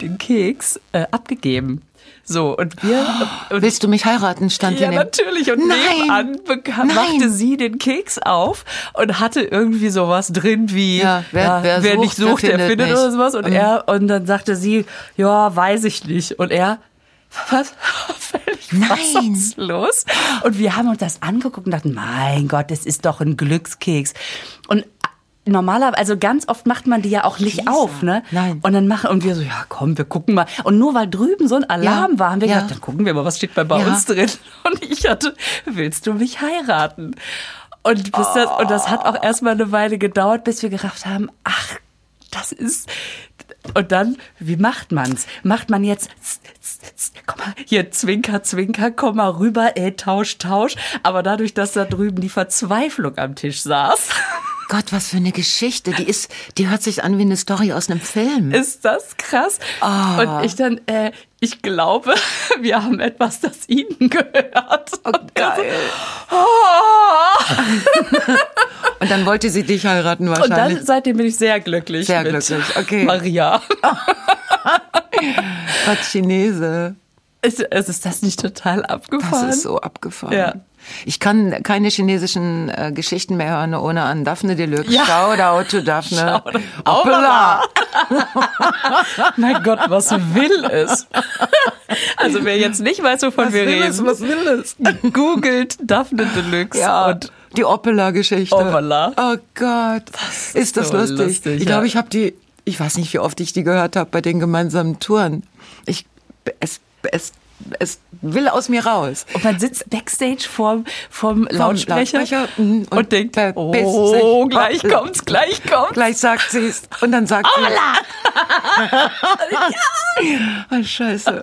Speaker 2: den Keks äh, abgegeben. So, und wir. Und
Speaker 1: Willst du mich heiraten, stand
Speaker 2: ja, ne?
Speaker 1: hier neben-
Speaker 2: natürlich. Und
Speaker 1: Nein.
Speaker 2: nebenan beka-
Speaker 1: Nein.
Speaker 2: machte sie den Keks auf und hatte irgendwie sowas drin wie,
Speaker 1: Ja, wer- wer sucht,
Speaker 2: nicht sucht, der findet,
Speaker 1: nicht.
Speaker 2: oder sowas. Und er, und dann sagte sie, ja, weiß ich nicht. Und er, was? Völlig
Speaker 1: Nein.
Speaker 2: fassungslos. Und wir haben uns das angeguckt und dachten, mein Gott, das ist doch ein Glückskeks. Und normalerweise, also ganz oft macht man die ja auch nicht
Speaker 1: Lisa.
Speaker 2: auf, ne?
Speaker 1: Nein.
Speaker 2: Und dann machen, und wir so, ja, komm, wir gucken mal. Und nur weil drüben so ein Alarm war, haben wir
Speaker 1: ja.
Speaker 2: gedacht, dann gucken wir mal, was steht bei, bei
Speaker 1: Ja.
Speaker 2: uns drin. Und ich hatte, willst du mich heiraten? Und, bis das, und das hat auch erstmal eine Weile gedauert, bis wir gerafft haben, ach, das ist. Und dann, wie macht man's? Macht man jetzt, z, z, z, komm mal, hier Zwinker, Zwinker, komm mal rüber, ey, tausch, tausch. Aber dadurch, dass da drüben die Verzweiflung am Tisch saß,
Speaker 1: Gott, was für eine Geschichte. Die ist, die hört sich an wie eine Story aus einem Film.
Speaker 2: Ist das krass?
Speaker 1: Ah.
Speaker 2: Und ich dann, äh, ich glaube, wir haben etwas, das Ihnen gehört. Und er so,
Speaker 1: geil.
Speaker 2: "Oh."
Speaker 1: Und dann wollte sie dich heiraten
Speaker 2: Und dann
Speaker 1: wahrscheinlich.
Speaker 2: seitdem bin ich sehr glücklich.
Speaker 1: Sehr
Speaker 2: mit
Speaker 1: glücklich, okay. Ah.
Speaker 2: Maria.
Speaker 1: Gott, Chinese.
Speaker 2: Ist, ist, ist das nicht total
Speaker 1: Das
Speaker 2: abgefahren?
Speaker 1: ist so abgefahren.
Speaker 2: Ja.
Speaker 1: Ich kann keine chinesischen äh, Geschichten mehr hören, ohne an Daphne Deluxe.
Speaker 2: Ja.
Speaker 1: Shoutout to Daphne.
Speaker 2: Shoutout.
Speaker 1: Hoppala.
Speaker 2: Mein Gott, was will es? Also wer jetzt nicht weiß, wovon wir reden,
Speaker 1: will es?
Speaker 2: googelt Daphne Deluxe
Speaker 1: Ja,
Speaker 2: und
Speaker 1: die Oppeler-Geschichte.
Speaker 2: Oppeler.
Speaker 1: Oh Gott, ist das
Speaker 2: so
Speaker 1: lustig.
Speaker 2: lustig,
Speaker 1: ich
Speaker 2: ja.
Speaker 1: glaube, ich habe die, ich weiß nicht, wie oft ich die gehört habe bei den gemeinsamen Touren. Ich, es, es, es will aus mir raus.
Speaker 2: Und man sitzt backstage vorm, vorm Lautsprecher,
Speaker 1: Lautsprecher, mhm,
Speaker 2: und,
Speaker 1: und
Speaker 2: denkt,
Speaker 1: verpisst
Speaker 2: oh,
Speaker 1: sich.
Speaker 2: gleich kommt's, gleich kommt's.
Speaker 1: Gleich sagt sie es und dann sagt sie,
Speaker 2: Hoppala!
Speaker 1: Oh, scheiße.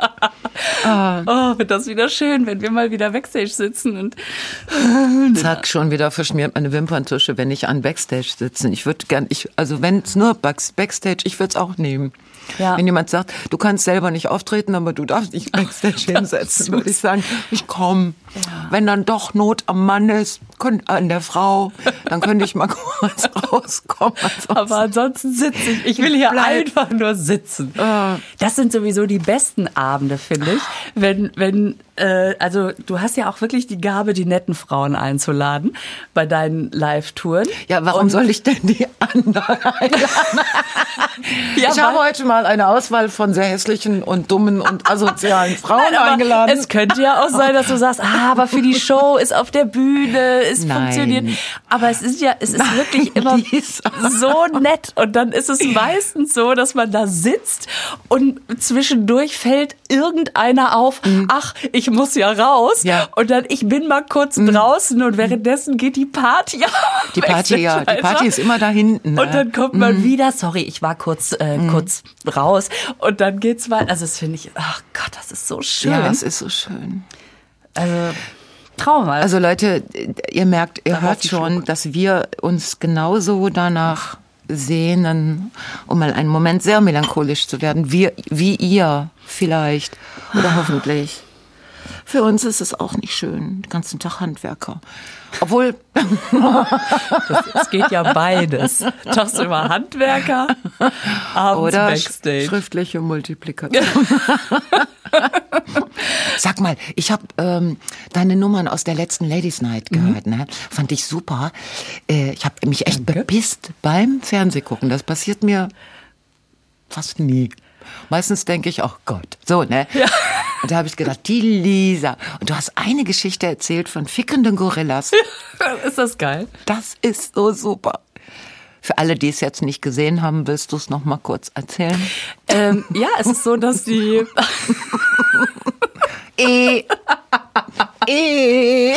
Speaker 2: Oh, wird das wieder schön, wenn wir mal wieder Backstage sitzen und
Speaker 1: Zack, schon wieder verschmiert meine Wimperntusche, wenn ich an Backstage sitze. Ich würde gern, ich, also wenn es nur Backs- Backstage, ich würde es auch nehmen.
Speaker 2: Ja.
Speaker 1: Wenn jemand sagt, du kannst selber nicht auftreten, aber du darfst dich Backstage hinsetzen, würde ich sagen, ich komme. Wenn dann doch Not am Mann ist, könnt, äh, an der Frau, dann könnte ich mal kurz rauskommen. Also,
Speaker 2: Aber ansonsten sitze ich. Ich will hier
Speaker 1: Bleib.
Speaker 2: einfach nur sitzen.
Speaker 1: Ah.
Speaker 2: Das sind sowieso die besten Abende, finde ich. Wenn, wenn, äh, also du hast ja auch wirklich die Gabe, die netten Frauen einzuladen bei deinen Live-Touren.
Speaker 1: Ja, warum soll ich denn die anderen?
Speaker 2: Ja,
Speaker 1: ich habe
Speaker 2: weil-
Speaker 1: heute mal eine Auswahl von sehr hässlichen und dummen und asozialen Frauen
Speaker 2: Nein, aber
Speaker 1: eingeladen.
Speaker 2: Es könnte ja auch sein, dass du sagst, ah, aber für die Show ist auf der Bühne, es
Speaker 1: Nein.
Speaker 2: funktioniert. Aber es ist ja, es ist
Speaker 1: Nein,
Speaker 2: wirklich immer
Speaker 1: Lisa.
Speaker 2: so nett. Und dann ist es meistens so, dass man da sitzt und zwischendurch fällt irgendeiner auf, ach, ich muss ja raus.
Speaker 1: Mhm. Ja. Mhm.
Speaker 2: Und dann, ich bin mal kurz draußen und währenddessen geht die Party auf.
Speaker 1: Die Party, ja. Die
Speaker 2: Weißt du,
Speaker 1: Party ist immer da hinten. ne?
Speaker 2: und dann kommt man wieder, sorry, ich war kurz, äh, kurz raus. Und dann geht's weiter. Also, das finde ich, ach Gott, das ist so schön.
Speaker 1: ja, das ist so schön.
Speaker 2: also, Traum. Also,
Speaker 1: Also Leute, ihr merkt, ihr
Speaker 2: Darauf
Speaker 1: hört
Speaker 2: ein
Speaker 1: schon, dass wir uns genauso danach sehnen, um mal einen Moment sehr melancholisch zu werden, wie, wie ihr vielleicht oder hoffentlich. Für uns ist es auch nicht schön, den ganzen Tag Handwerker. Obwohl,
Speaker 2: es geht ja beides. Tagsüber Handwerker, abends
Speaker 1: oder sch-
Speaker 2: Backstage.
Speaker 1: schriftliche Multiplikation. Sag mal, ich habe ähm, deine Nummern aus der letzten Ladies Night
Speaker 2: Mhm.
Speaker 1: gehört, ne? Fand ich super. Äh, ich habe mich echt bepisst beim Fernsehgucken. Das passiert mir fast nie. Meistens denke ich, oh Gott, so, ne? Und da habe ich gedacht, die Lisa. Und du hast eine Geschichte erzählt von fickenden Gorillas.
Speaker 2: ist das geil?
Speaker 1: Das ist so super. Für alle, die es jetzt nicht gesehen haben, willst du es noch mal kurz erzählen?
Speaker 2: Ähm, ja, es ist so, dass die, E.
Speaker 1: Eh. Eh.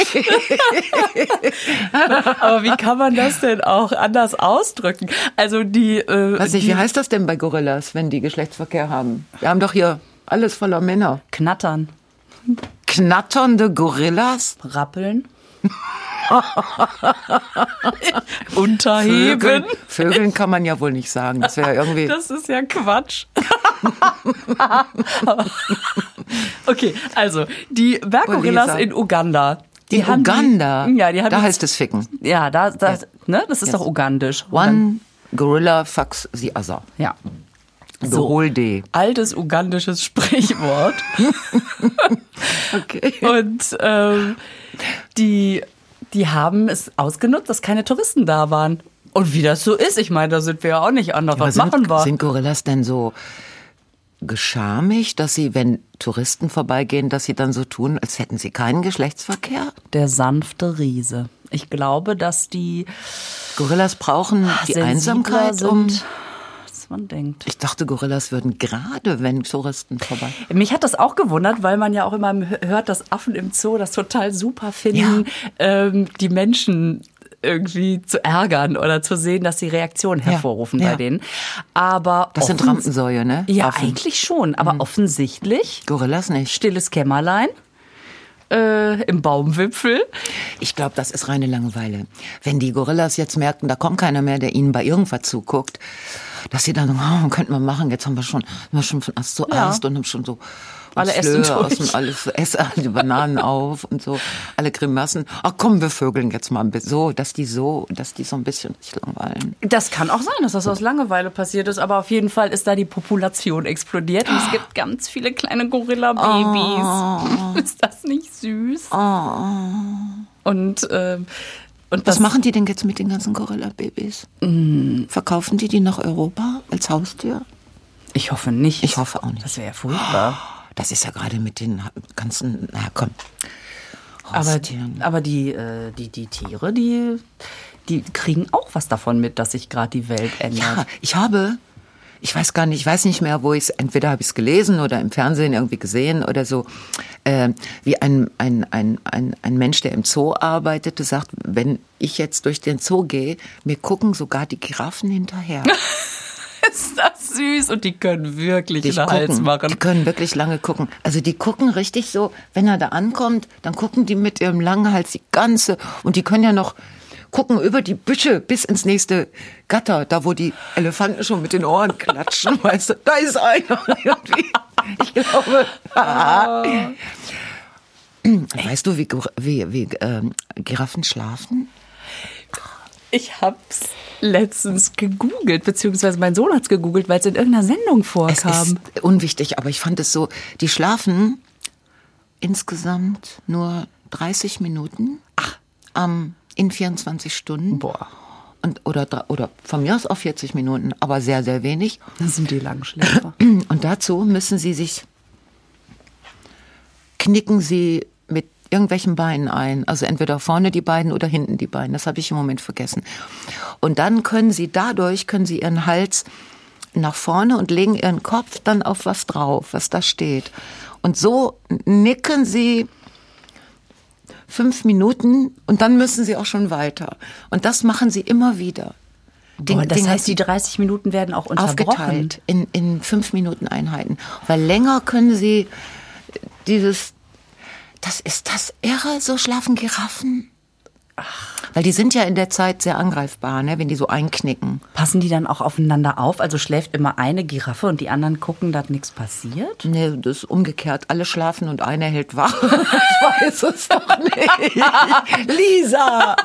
Speaker 2: aber wie kann man das denn auch anders ausdrücken? Also die, äh,
Speaker 1: Weiß nicht, wie heißt das denn bei Gorillas, wenn die Geschlechtsverkehr haben? Wir haben doch hier alles voller Männer.
Speaker 2: knattern,
Speaker 1: Knatternde Gorillas?
Speaker 2: rappeln, unterheben.
Speaker 1: Vögeln, Vögeln kann man ja wohl nicht sagen. Das wäre ja irgendwie.
Speaker 2: Das ist ja Quatsch. okay, also die Berggorillas
Speaker 1: Lisa.
Speaker 2: in Uganda.
Speaker 1: in
Speaker 2: haben
Speaker 1: Uganda.
Speaker 2: Die, ja, die haben
Speaker 1: da
Speaker 2: die-
Speaker 1: heißt es ficken.
Speaker 2: Ja, da, da, Ne, das ist
Speaker 1: Yes.
Speaker 2: doch ugandisch.
Speaker 1: One Gorilla fucks the other.
Speaker 2: Ja. So.
Speaker 1: Behol die.
Speaker 2: Altes ugandisches Sprichwort.
Speaker 1: Okay.
Speaker 2: Und ähm, die, die haben es ausgenutzt, dass keine Touristen da waren. Und wie das so ist, ich meine, da sind wir ja auch nicht anders.
Speaker 1: Aber
Speaker 2: Was machen wir?
Speaker 1: Sind Gorillas denn so geschamig, dass sie, wenn Touristen vorbeigehen, dass sie dann so tun, als hätten sie keinen Geschlechtsverkehr?
Speaker 2: Der sanfte Riese. Ich glaube, dass die
Speaker 1: Gorillas brauchen die
Speaker 2: Ah, sensibler
Speaker 1: Einsamkeit
Speaker 2: sind,
Speaker 1: um.
Speaker 2: als man denkt.
Speaker 1: Ich dachte, Gorillas würden gerade, wenn Touristen vorbei.
Speaker 2: Mich hat das auch gewundert, weil man ja auch immer hört, dass Affen im Zoo das total super finden, ähm, die Menschen irgendwie zu ärgern oder zu sehen, dass sie Reaktionen hervorrufen
Speaker 1: ja.
Speaker 2: bei denen. Aber
Speaker 1: Das sind
Speaker 2: offens-
Speaker 1: Rampensäue, ne?
Speaker 2: Ja,
Speaker 1: Affen. Mhm.
Speaker 2: eigentlich schon, aber offensichtlich
Speaker 1: Gorillas nicht.
Speaker 2: stilles Kämmerlein äh, im Baumwipfel.
Speaker 1: Ich glaube, das ist reine Langeweile. Wenn die Gorillas jetzt merken, da kommt keiner mehr, der ihnen bei irgendwas zuguckt, dass sie dann sagen, oh, könnten wir machen, jetzt haben wir schon, haben wir schon von Ast zu
Speaker 2: Ja.
Speaker 1: Ast und haben schon so
Speaker 2: Alle
Speaker 1: uns
Speaker 2: essen
Speaker 1: Flöhe aus
Speaker 2: durch.
Speaker 1: dem alles essen alle die Bananen auf und so, alle Grimassen. Ach komm, wir vögeln jetzt mal ein bisschen so, dass die so, dass die so ein bisschen sich langweilen.
Speaker 2: Das kann auch sein, dass das aus Langeweile passiert ist, aber auf jeden Fall ist da die Population explodiert und
Speaker 1: Ah.
Speaker 2: es gibt ganz viele kleine
Speaker 1: Ah.
Speaker 2: Gorilla-Babys. Ist das nicht süß? oh. Und, ähm, und
Speaker 1: Was
Speaker 2: das
Speaker 1: machen die denn jetzt mit den ganzen Gorilla-Babys? Verkaufen die die nach Europa als Haustier?
Speaker 2: Ich hoffe nicht.
Speaker 1: Ich hoffe auch nicht.
Speaker 2: Das wäre ja furchtbar.
Speaker 1: Oh, Das ist ja gerade mit den ganzen, na komm,
Speaker 2: Aber,
Speaker 1: Haustieren.
Speaker 2: aber die, äh, die, die Tiere, die, die kriegen auch was davon mit, dass sich gerade die Welt ändert.
Speaker 1: Ja, ich habe, ich weiß gar nicht, ich weiß nicht mehr, wo ich es, entweder habe ich es gelesen oder im Fernsehen irgendwie gesehen oder so, äh, wie ein, ein, ein, ein, ein Mensch, der im Zoo arbeitete, sagt, wenn ich jetzt durch den Zoo gehe, mir gucken sogar die Giraffen hinterher.
Speaker 2: ist das süß. Und die können wirklich
Speaker 1: Die
Speaker 2: einen Hals
Speaker 1: gucken.
Speaker 2: machen.
Speaker 1: Die können wirklich lange gucken. Also die gucken richtig so, wenn er da ankommt, dann gucken die mit ihrem langen Hals die ganze und die können ja noch gucken über die Büsche bis ins nächste Gatter, da wo die Elefanten schon mit den Ohren klatschen, weißt du, da ist einer irgendwie. Ich glaube.
Speaker 2: Ah.
Speaker 1: Weißt du, wie, Gir- wie, wie ähm, Giraffen schlafen?
Speaker 2: Ich hab's letztens gegoogelt, beziehungsweise mein Sohn hat's gegoogelt, weil es in irgendeiner Sendung
Speaker 1: Es
Speaker 2: vorkam.
Speaker 1: ist unwichtig, aber ich fand es so, die schlafen insgesamt nur 30 Minuten am- in 24 Stunden.
Speaker 2: Boah.
Speaker 1: Und, oder, dr- oder von mir aus auch 40 Minuten, aber sehr, sehr wenig.
Speaker 2: Das sind die Langschläfer.
Speaker 1: Und dazu müssen sie sich, knicken sie mit irgendwelchen Beinen ein. Also entweder vorne die beiden oder hinten die beiden. Das habe ich im Moment vergessen. Und dann können sie dadurch, können sie ihren Hals nach vorne und legen ihren Kopf dann auf was drauf, was da steht. Und so nicken sie fünf Minuten und dann müssen sie auch schon weiter. Und das machen sie immer wieder. Den-
Speaker 2: Boah, das
Speaker 1: den
Speaker 2: heißt, die 30 Minuten werden auch unterbrochen.
Speaker 1: aufgeteilt in, in fünf Minuten Einheiten. Weil länger können sie dieses, das ist das irre, so schlafen Giraffen. Weil die sind ja in der Zeit sehr angreifbar, ne, wenn die so einknicken.
Speaker 2: Passen die dann auch aufeinander auf? Also schläft immer eine Giraffe und die anderen gucken, dass nichts passiert?
Speaker 1: Ne, das ist umgekehrt. Alle schlafen und einer hält wach. Ich weiß es doch nicht. Lisa!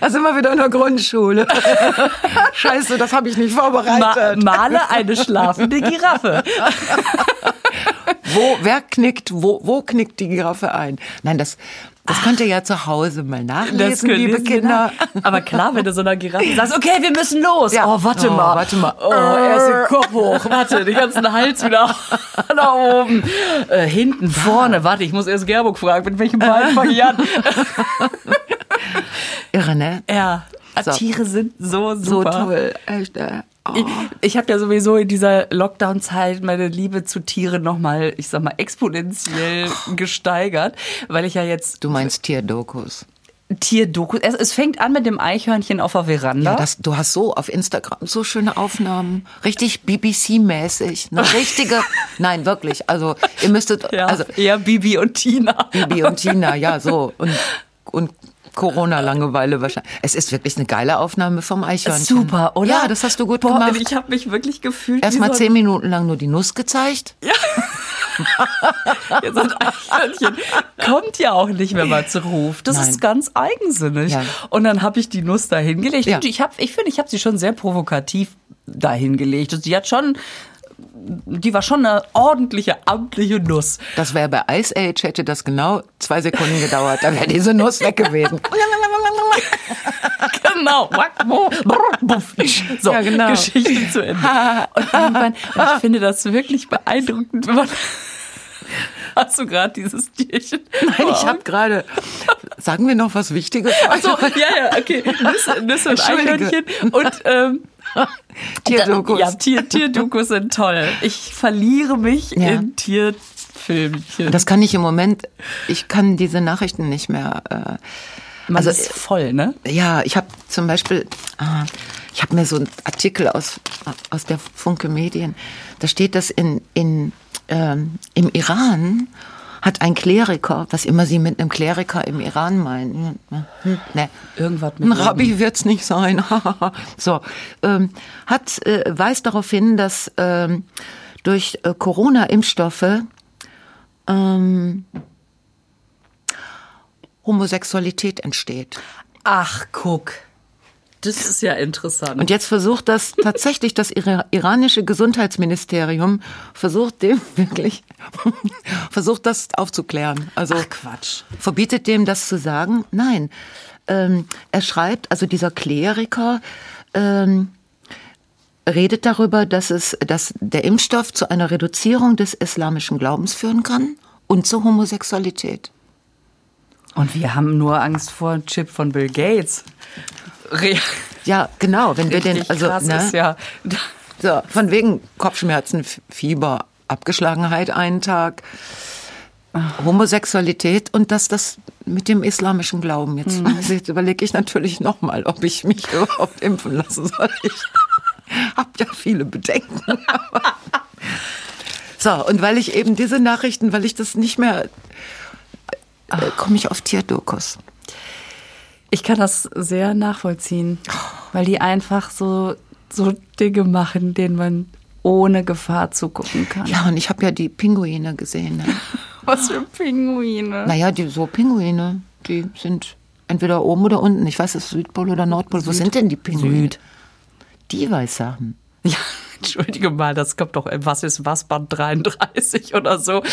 Speaker 1: Da sind wir wieder in der Grundschule. Scheiße, das habe ich nicht
Speaker 2: Ma
Speaker 1: vorbereitet.
Speaker 2: male eine schlafende Giraffe.
Speaker 1: Wo, wer knickt, wo, wo knickt die Giraffe ein? Nein, das, das könnt ihr ja zu Hause mal nachlesen,
Speaker 2: können
Speaker 1: liebe
Speaker 2: lesen wir
Speaker 1: Kinder.
Speaker 2: nach. Aber klar, wenn du so einer Giraffe sagst, okay, wir müssen los.
Speaker 1: Ja.
Speaker 2: Oh, warte
Speaker 1: Oh,
Speaker 2: mal.
Speaker 1: warte mal.
Speaker 2: Oh, erst den Kopf hoch. Warte, den ganzen Hals wieder nach oben. Äh, hinten, vorne. Warte, ich muss erst Gerburg fragen, mit welchem Bein fange ich an?
Speaker 1: Irre, ne?
Speaker 2: ja.
Speaker 1: So.
Speaker 2: Tiere sind so
Speaker 1: So
Speaker 2: super.
Speaker 1: toll. Echt, äh, oh.
Speaker 2: Ich, ich habe ja sowieso in dieser Lockdown-Zeit meine Liebe zu Tieren nochmal, ich sag mal, exponentiell
Speaker 1: Oh.
Speaker 2: gesteigert, weil ich ja jetzt
Speaker 1: Du meinst Tierdokus.
Speaker 2: Tierdokus. Es, es fängt an mit dem Eichhörnchen auf der Veranda.
Speaker 1: Ja, das, du hast so auf Instagram so schöne Aufnahmen. Richtig BBC-mäßig. Eine richtige. Nein, wirklich. Also, ihr müsstet.
Speaker 2: ja,
Speaker 1: Also,
Speaker 2: eher Bibi und Tina.
Speaker 1: Bibi und Tina, ja, so. Und, und Corona-Langeweile wahrscheinlich. Es ist wirklich eine geile Aufnahme vom Eichhörnchen.
Speaker 2: Super, oder?
Speaker 1: Ja, das hast du gut
Speaker 2: Boah,
Speaker 1: gemacht.
Speaker 2: Ich habe mich wirklich gefühlt.
Speaker 1: Erstmal
Speaker 2: wie so
Speaker 1: zehn Minuten lang nur die Nuss gezeigt.
Speaker 2: ein- so ein Eichhörnchen. Kommt ja auch nicht, wenn man zu ruft. Das
Speaker 1: Nein.
Speaker 2: ist ganz eigensinnig.
Speaker 1: Ja.
Speaker 2: Und dann habe ich die Nuss da hingelegt.
Speaker 1: Ja.
Speaker 2: Und ich, hab, ich finde, ich habe sie schon sehr provokativ dahingelegt. Und die hat schon, die war schon eine ordentliche amtliche Nuss.
Speaker 1: Das wäre bei Ice Age, hätte das genau zwei Sekunden gedauert. Da wäre diese Nuss weg gewesen.
Speaker 2: genau. Wack, wo, brr, buff. So,
Speaker 1: Ja, genau.
Speaker 2: Geschichte zu Ende. Und irgendwann, und ich finde das wirklich beeindruckend, wenn man. Hast du gerade dieses Tierchen?
Speaker 1: Nein, ich habe gerade, sagen wir noch was Wichtiges?
Speaker 2: So, Also, ja, ja, okay. Nüsse, Nüsse und
Speaker 1: Also, Entschuldige.
Speaker 2: Eichhörnchen. Und ähm,
Speaker 1: Tierdokus.
Speaker 2: Ja, Tier, Tierdokus sind toll. Ich verliere mich
Speaker 1: Ja.
Speaker 2: in Tierfilmchen.
Speaker 1: Das kann ich im Moment, ich kann diese Nachrichten nicht mehr. Äh,
Speaker 2: Man
Speaker 1: also
Speaker 2: ist voll, ne?
Speaker 1: ja, ich habe zum Beispiel, ah, ich habe mir so einen Artikel aus aus der Funke Medien. Da steht, dass in in ähm, im Iran hat ein Kleriker, was immer Sie mit einem Kleriker im Iran meinen, hm, hm, ne,
Speaker 2: Irgendwas mit
Speaker 1: ein Rabbi wird's nicht sein. so ähm, hat äh, weist darauf hin, dass ähm, durch äh, Corona-Impfstoffe ähm, Homosexualität entsteht.
Speaker 2: Ach, guck. Das ist ja interessant.
Speaker 1: Und jetzt versucht das tatsächlich das ira- iranische Gesundheitsministerium versucht dem wirklich versucht das aufzuklären. Also
Speaker 2: Ach, Quatsch.
Speaker 1: verbietet dem das zu sagen? Nein. Ähm, er schreibt, also dieser Kleriker ähm, redet darüber, dass es, dass der Impfstoff zu einer Reduzierung des islamischen Glaubens führen kann und zur Homosexualität.
Speaker 2: Und wir haben nur Angst vor einem Chip von Bill Gates. Re
Speaker 1: Ja, genau. Wenn wir den,
Speaker 2: richtig
Speaker 1: also
Speaker 2: krass
Speaker 1: ne,
Speaker 2: ist ja.
Speaker 1: So, von wegen Kopfschmerzen, F- Fieber, Abgeschlagenheit einen Tag, Homosexualität und dass das mit dem islamischen Glauben jetzt. Also jetzt überlege ich natürlich nochmal, ob ich mich überhaupt impfen lassen soll. Ich, Hab ja viele Bedenken. so, und weil ich eben diese Nachrichten, weil ich das nicht mehr, äh, komme ich auf Tierdokus.
Speaker 2: Ich kann das sehr nachvollziehen, weil die einfach so, so Dinge machen, denen man ohne Gefahr zugucken kann.
Speaker 1: Ja, und ich habe ja die Pinguine gesehen. Ne?
Speaker 2: Was für Pinguine.
Speaker 1: Naja, die so Pinguine, die sind entweder oben oder unten. Ich weiß, es ist Südpol oder Nordpol. Wo sind denn die Pinguine?
Speaker 2: Süd.
Speaker 1: Die Weißsachen.
Speaker 2: Ja, entschuldige mal, das kommt doch im Was ist was Band 33 oder so.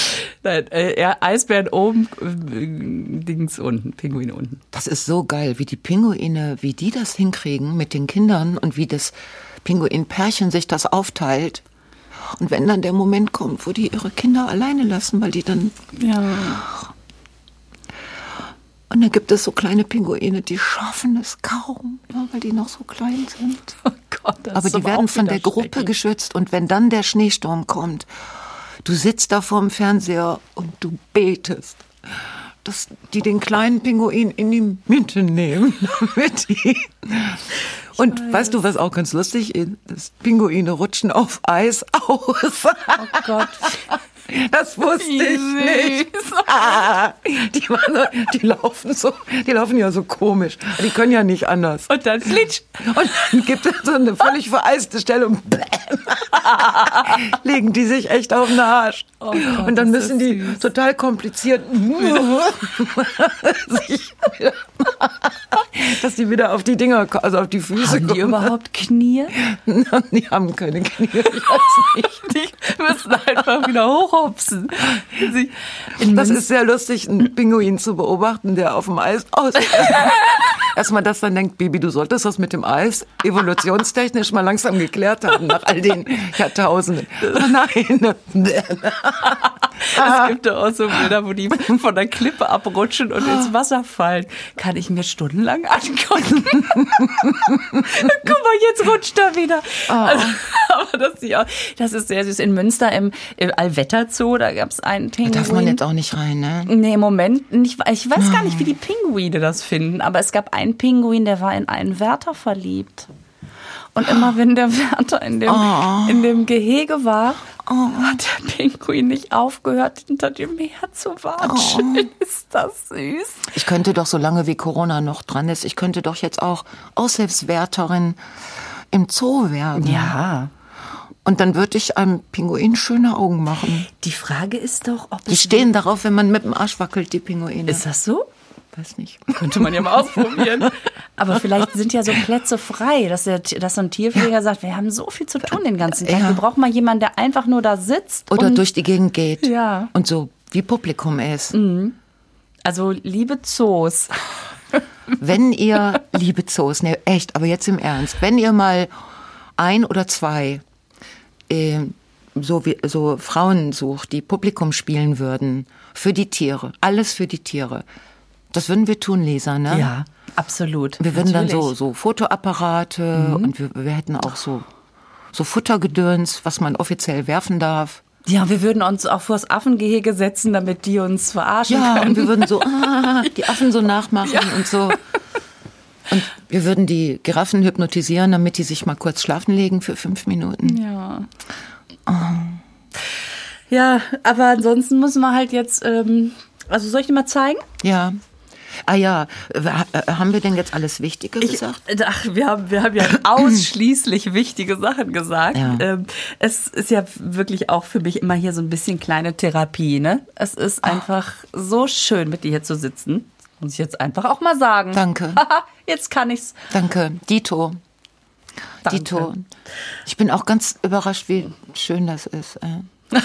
Speaker 2: Nein, äh, ja, Eisbären oben, äh, Dings unten, Pinguine unten.
Speaker 1: Das ist so geil, wie die Pinguine, wie die das hinkriegen mit den Kindern und wie das Pinguinpärchen sich das aufteilt. Und wenn dann der Moment kommt, wo die ihre Kinder alleine lassen, weil die dann
Speaker 2: Ja.
Speaker 1: und dann gibt es so kleine Pinguine, die schaffen es kaum, ja, weil die noch so klein sind.
Speaker 2: Oh Gott, das
Speaker 1: Aber
Speaker 2: ist
Speaker 1: die werden
Speaker 2: auch
Speaker 1: von
Speaker 2: wieder
Speaker 1: der Gruppe
Speaker 2: schrecklich.
Speaker 1: geschützt und wenn dann der Schneesturm kommt, du sitzt da vorm Fernseher und du betest, dass die den kleinen Pinguin in die Mitte nehmen, damit die und weißt du, was auch ganz lustig ist? Das Pinguine rutschen auf Eis aus.
Speaker 2: Oh Gott.
Speaker 1: Das wusste
Speaker 2: Wie
Speaker 1: ich nicht. Ah, die, waren, so- die laufen so, die laufen ja so komisch. Die können ja nicht anders.
Speaker 2: Und dann flitsch.
Speaker 1: Und dann gibt es so eine völlig vereiste Stelle und bäm, legen die sich echt auf den Arsch.
Speaker 2: Oh Gott,
Speaker 1: und dann
Speaker 2: ist
Speaker 1: müssen
Speaker 2: das
Speaker 1: die
Speaker 2: süß.
Speaker 1: total kompliziert sich wieder, dass die wieder auf die Dinger, ko- also auf die Füße
Speaker 2: Haben die
Speaker 1: kommen.
Speaker 2: überhaupt Knie?
Speaker 1: Die haben keine Knie, ich weiß nicht.
Speaker 2: Die müssen einfach wieder hochhopsen. Sie, in
Speaker 1: Das
Speaker 2: Münster-
Speaker 1: ist sehr lustig, einen Pinguin zu beobachten, der auf dem Eis aus. Erstmal, dass dann denkt, Baby, du solltest das mit dem Eis evolutionstechnisch mal langsam geklärt haben, nach all den Jahrtausenden. Aber nein.
Speaker 2: Es gibt doch auch so Bilder, wo die von der Klippe abrutschen und ins Wasser fallen. Kann ich mir stundenlang angucken. Guck mal, jetzt rutscht er wieder. Also, aber das, sieht auch, das ist sehr süß. In Münster im, im Allwetterzoo, da gab es einen Pinguin.
Speaker 1: auch nicht rein, ne?
Speaker 2: Nee, im Moment nicht. Ich weiß gar nicht, wie die Pinguine das finden, aber es gab einen Pinguin, der war in einen Wärter verliebt. Und immer wenn der Wärter in dem,
Speaker 1: Oh.
Speaker 2: in dem Gehege war, hat der Pinguin nicht aufgehört, hinter dem her zu watschen.
Speaker 1: Oh.
Speaker 2: Ist das süß?
Speaker 1: Ich könnte doch, solange wie Corona noch dran ist, ich könnte doch jetzt auch Aushilfswärterin im Zoo werden.
Speaker 2: Ja.
Speaker 1: Und dann würde ich einem Pinguin schöne Augen machen.
Speaker 2: Die Frage ist doch, ob
Speaker 1: Die
Speaker 2: es.
Speaker 1: stehen darauf, wenn man mit dem Arsch wackelt, die Pinguine.
Speaker 2: Ist das so?
Speaker 1: weiß nicht.
Speaker 2: Könnte man ja mal ausprobieren. Aber vielleicht sind ja so Plätze frei, dass, der, dass so ein Tierpfleger sagt, wir haben so viel zu tun den ganzen Tag.
Speaker 1: Ja.
Speaker 2: Wir brauchen mal jemanden, der einfach nur da sitzt.
Speaker 1: Oder
Speaker 2: und
Speaker 1: durch die Gegend geht.
Speaker 2: Ja.
Speaker 1: Und so wie Publikum ist.
Speaker 2: Also liebe Zoos,
Speaker 1: Wenn ihr, liebe Zoos, ne, echt, aber jetzt im Ernst, wenn ihr mal ein oder zwei äh, so, wie, so Frauen sucht, die Publikum spielen würden, für die Tiere, alles für die Tiere, das würden wir tun, Leser, ne?
Speaker 2: ja, absolut.
Speaker 1: Wir würden dann so,
Speaker 2: Natürlich. Mhm.
Speaker 1: so Fotoapparate und wir, wir hätten auch so, so Futtergedöns, was man offiziell werfen darf.
Speaker 2: Ja, wir würden uns auch vors Affengehege setzen, damit die uns verarschen
Speaker 1: Ja,
Speaker 2: können.
Speaker 1: und wir würden so ah, die Affen so nachmachen und so. Und wir würden die Giraffen hypnotisieren, damit die sich mal kurz schlafen legen für fünf Minuten.
Speaker 2: Ja. Oh. Ja, aber ansonsten müssen wir halt jetzt. Ähm, also soll ich dir mal zeigen?
Speaker 1: Ja. Ah ja, ha- äh, haben wir denn jetzt alles Wichtige gesagt?
Speaker 2: äh, Ach, wir haben, wir haben ja ausschließlich wichtige Sachen gesagt.
Speaker 1: Ja.
Speaker 2: Ähm, es ist ja wirklich auch für mich immer hier so ein bisschen kleine Therapie. Ne? Es
Speaker 1: Ah.
Speaker 2: ist einfach so schön, mit dir hier zu sitzen. Muss ich jetzt einfach auch mal sagen.
Speaker 1: Danke.
Speaker 2: jetzt kann ich's.
Speaker 1: Danke. Dito.
Speaker 2: Danke.
Speaker 1: Dito. Ich bin auch ganz überrascht, wie schön das ist. äh.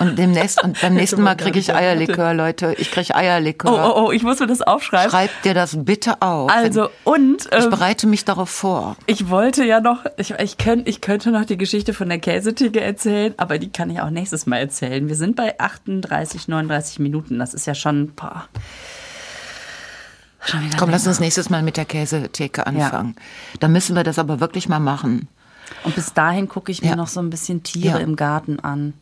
Speaker 1: Und demnächst und beim nächsten Mal kriege ich Eierlikör, Leute. Ich kriege
Speaker 2: Oh,
Speaker 1: Eierlikör.
Speaker 2: oh, oh, ich muss mir das aufschreiben.
Speaker 1: Schreib dir das bitte auf.
Speaker 2: Also, und
Speaker 1: ich
Speaker 2: ähm,
Speaker 1: bereite mich darauf vor.
Speaker 2: ich wollte ja noch, ich, ich, könnt, ich könnte noch die Geschichte von der Käsetheke erzählen, aber die kann ich auch nächstes Mal erzählen. Wir sind bei 38, 39 Minuten. Das ist ja schon, boah, schon wieder
Speaker 1: Komm,
Speaker 2: länger.
Speaker 1: lass uns nächstes Mal mit der Käsetheke anfangen. Da müssen wir das aber wirklich mal machen.
Speaker 2: Und bis dahin gucke ich mir
Speaker 1: Ja.
Speaker 2: noch so ein bisschen Tiere
Speaker 1: Ja.
Speaker 2: im Garten an.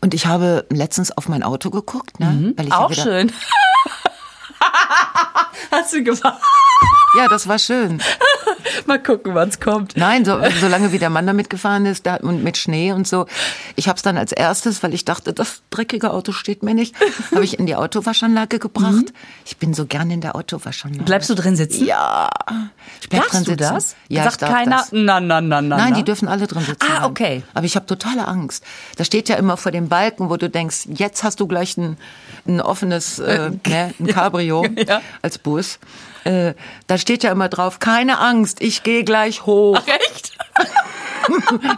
Speaker 1: Und ich habe letztens auf mein Auto geguckt, ne? Weil ich ja
Speaker 2: Mhm. auch
Speaker 1: wieder-
Speaker 2: schön. Hast du gemacht?
Speaker 1: Ja, das war schön.
Speaker 2: Mal gucken, wann's kommt.
Speaker 1: Nein, so, solange wie der Mann damit gefahren ist da, und mit Schnee und so. Ich habe es dann als erstes, weil ich dachte, das dreckige Auto steht mir nicht, habe ich in die Autowaschanlage gebracht. Ich bin so gerne in der Autowaschanlage.
Speaker 2: Bleibst du drin Mhm. sitzen?
Speaker 1: Ja. Ich bleib
Speaker 2: Darfst du
Speaker 1: sitzen.
Speaker 2: das?
Speaker 1: Ja,
Speaker 2: Sagt
Speaker 1: ich darf
Speaker 2: keiner,
Speaker 1: das.
Speaker 2: na, na, na, na.
Speaker 1: Nein,
Speaker 2: na?
Speaker 1: die dürfen alle drin sitzen.
Speaker 2: Ah,
Speaker 1: bleiben.
Speaker 2: okay.
Speaker 1: Aber ich habe totale Angst. Da steht ja immer vor dem Balken, wo du denkst, jetzt hast du gleich ein, ein offenes äh, ne, ein Cabrio
Speaker 2: Ja.
Speaker 1: als Bus. Äh, da steht ja immer drauf, keine Angst, ich gehe gleich hoch.
Speaker 2: Recht?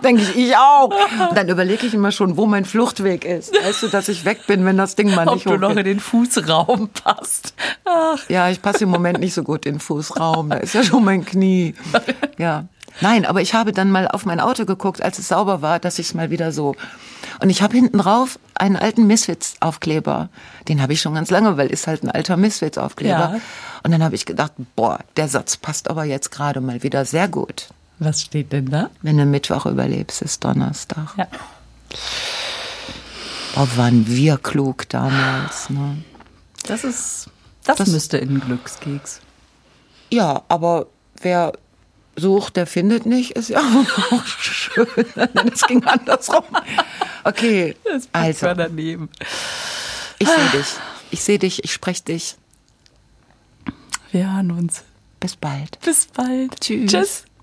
Speaker 1: Denke ich, ich auch. Und dann überlege ich immer schon, wo mein Fluchtweg ist. Weißt du, dass ich weg bin, wenn das Ding mal
Speaker 2: Ob
Speaker 1: nicht
Speaker 2: du noch in
Speaker 1: hochgeht.
Speaker 2: den Fußraum passt. Ach.
Speaker 1: Ja, ich passe im Moment nicht so gut in den Fußraum. Da ist ja schon mein Knie. Ja. Nein, aber ich habe dann mal auf mein Auto geguckt, als es sauber war, dass ich es mal wieder so. Und ich habe hinten drauf einen alten Misfits-Aufkleber. Den habe ich schon ganz lange, weil ist halt ein alter Misfits-Aufkleber.
Speaker 2: Ja.
Speaker 1: Und dann habe ich gedacht, boah, der Satz passt aber jetzt gerade mal wieder sehr gut.
Speaker 2: Was steht denn da?
Speaker 1: Wenn du Mittwoch überlebst, ist Donnerstag.
Speaker 2: Ja.
Speaker 1: Boah, waren wir klug damals. Ne?
Speaker 2: Das ist. Das,
Speaker 1: Das-
Speaker 2: müsste in Glückskeks.
Speaker 1: Ja, aber wer sucht, der findet nicht, ist ja auch schön. Nein, das ging andersrum. Okay,
Speaker 2: Das passt
Speaker 1: also
Speaker 2: mal daneben.
Speaker 1: ich sehe dich. Ich sehe dich, ich spreche dich.
Speaker 2: Wir hören uns.
Speaker 1: Bis bald.
Speaker 2: Bis bald.
Speaker 1: Tschüss.
Speaker 2: Tschüss.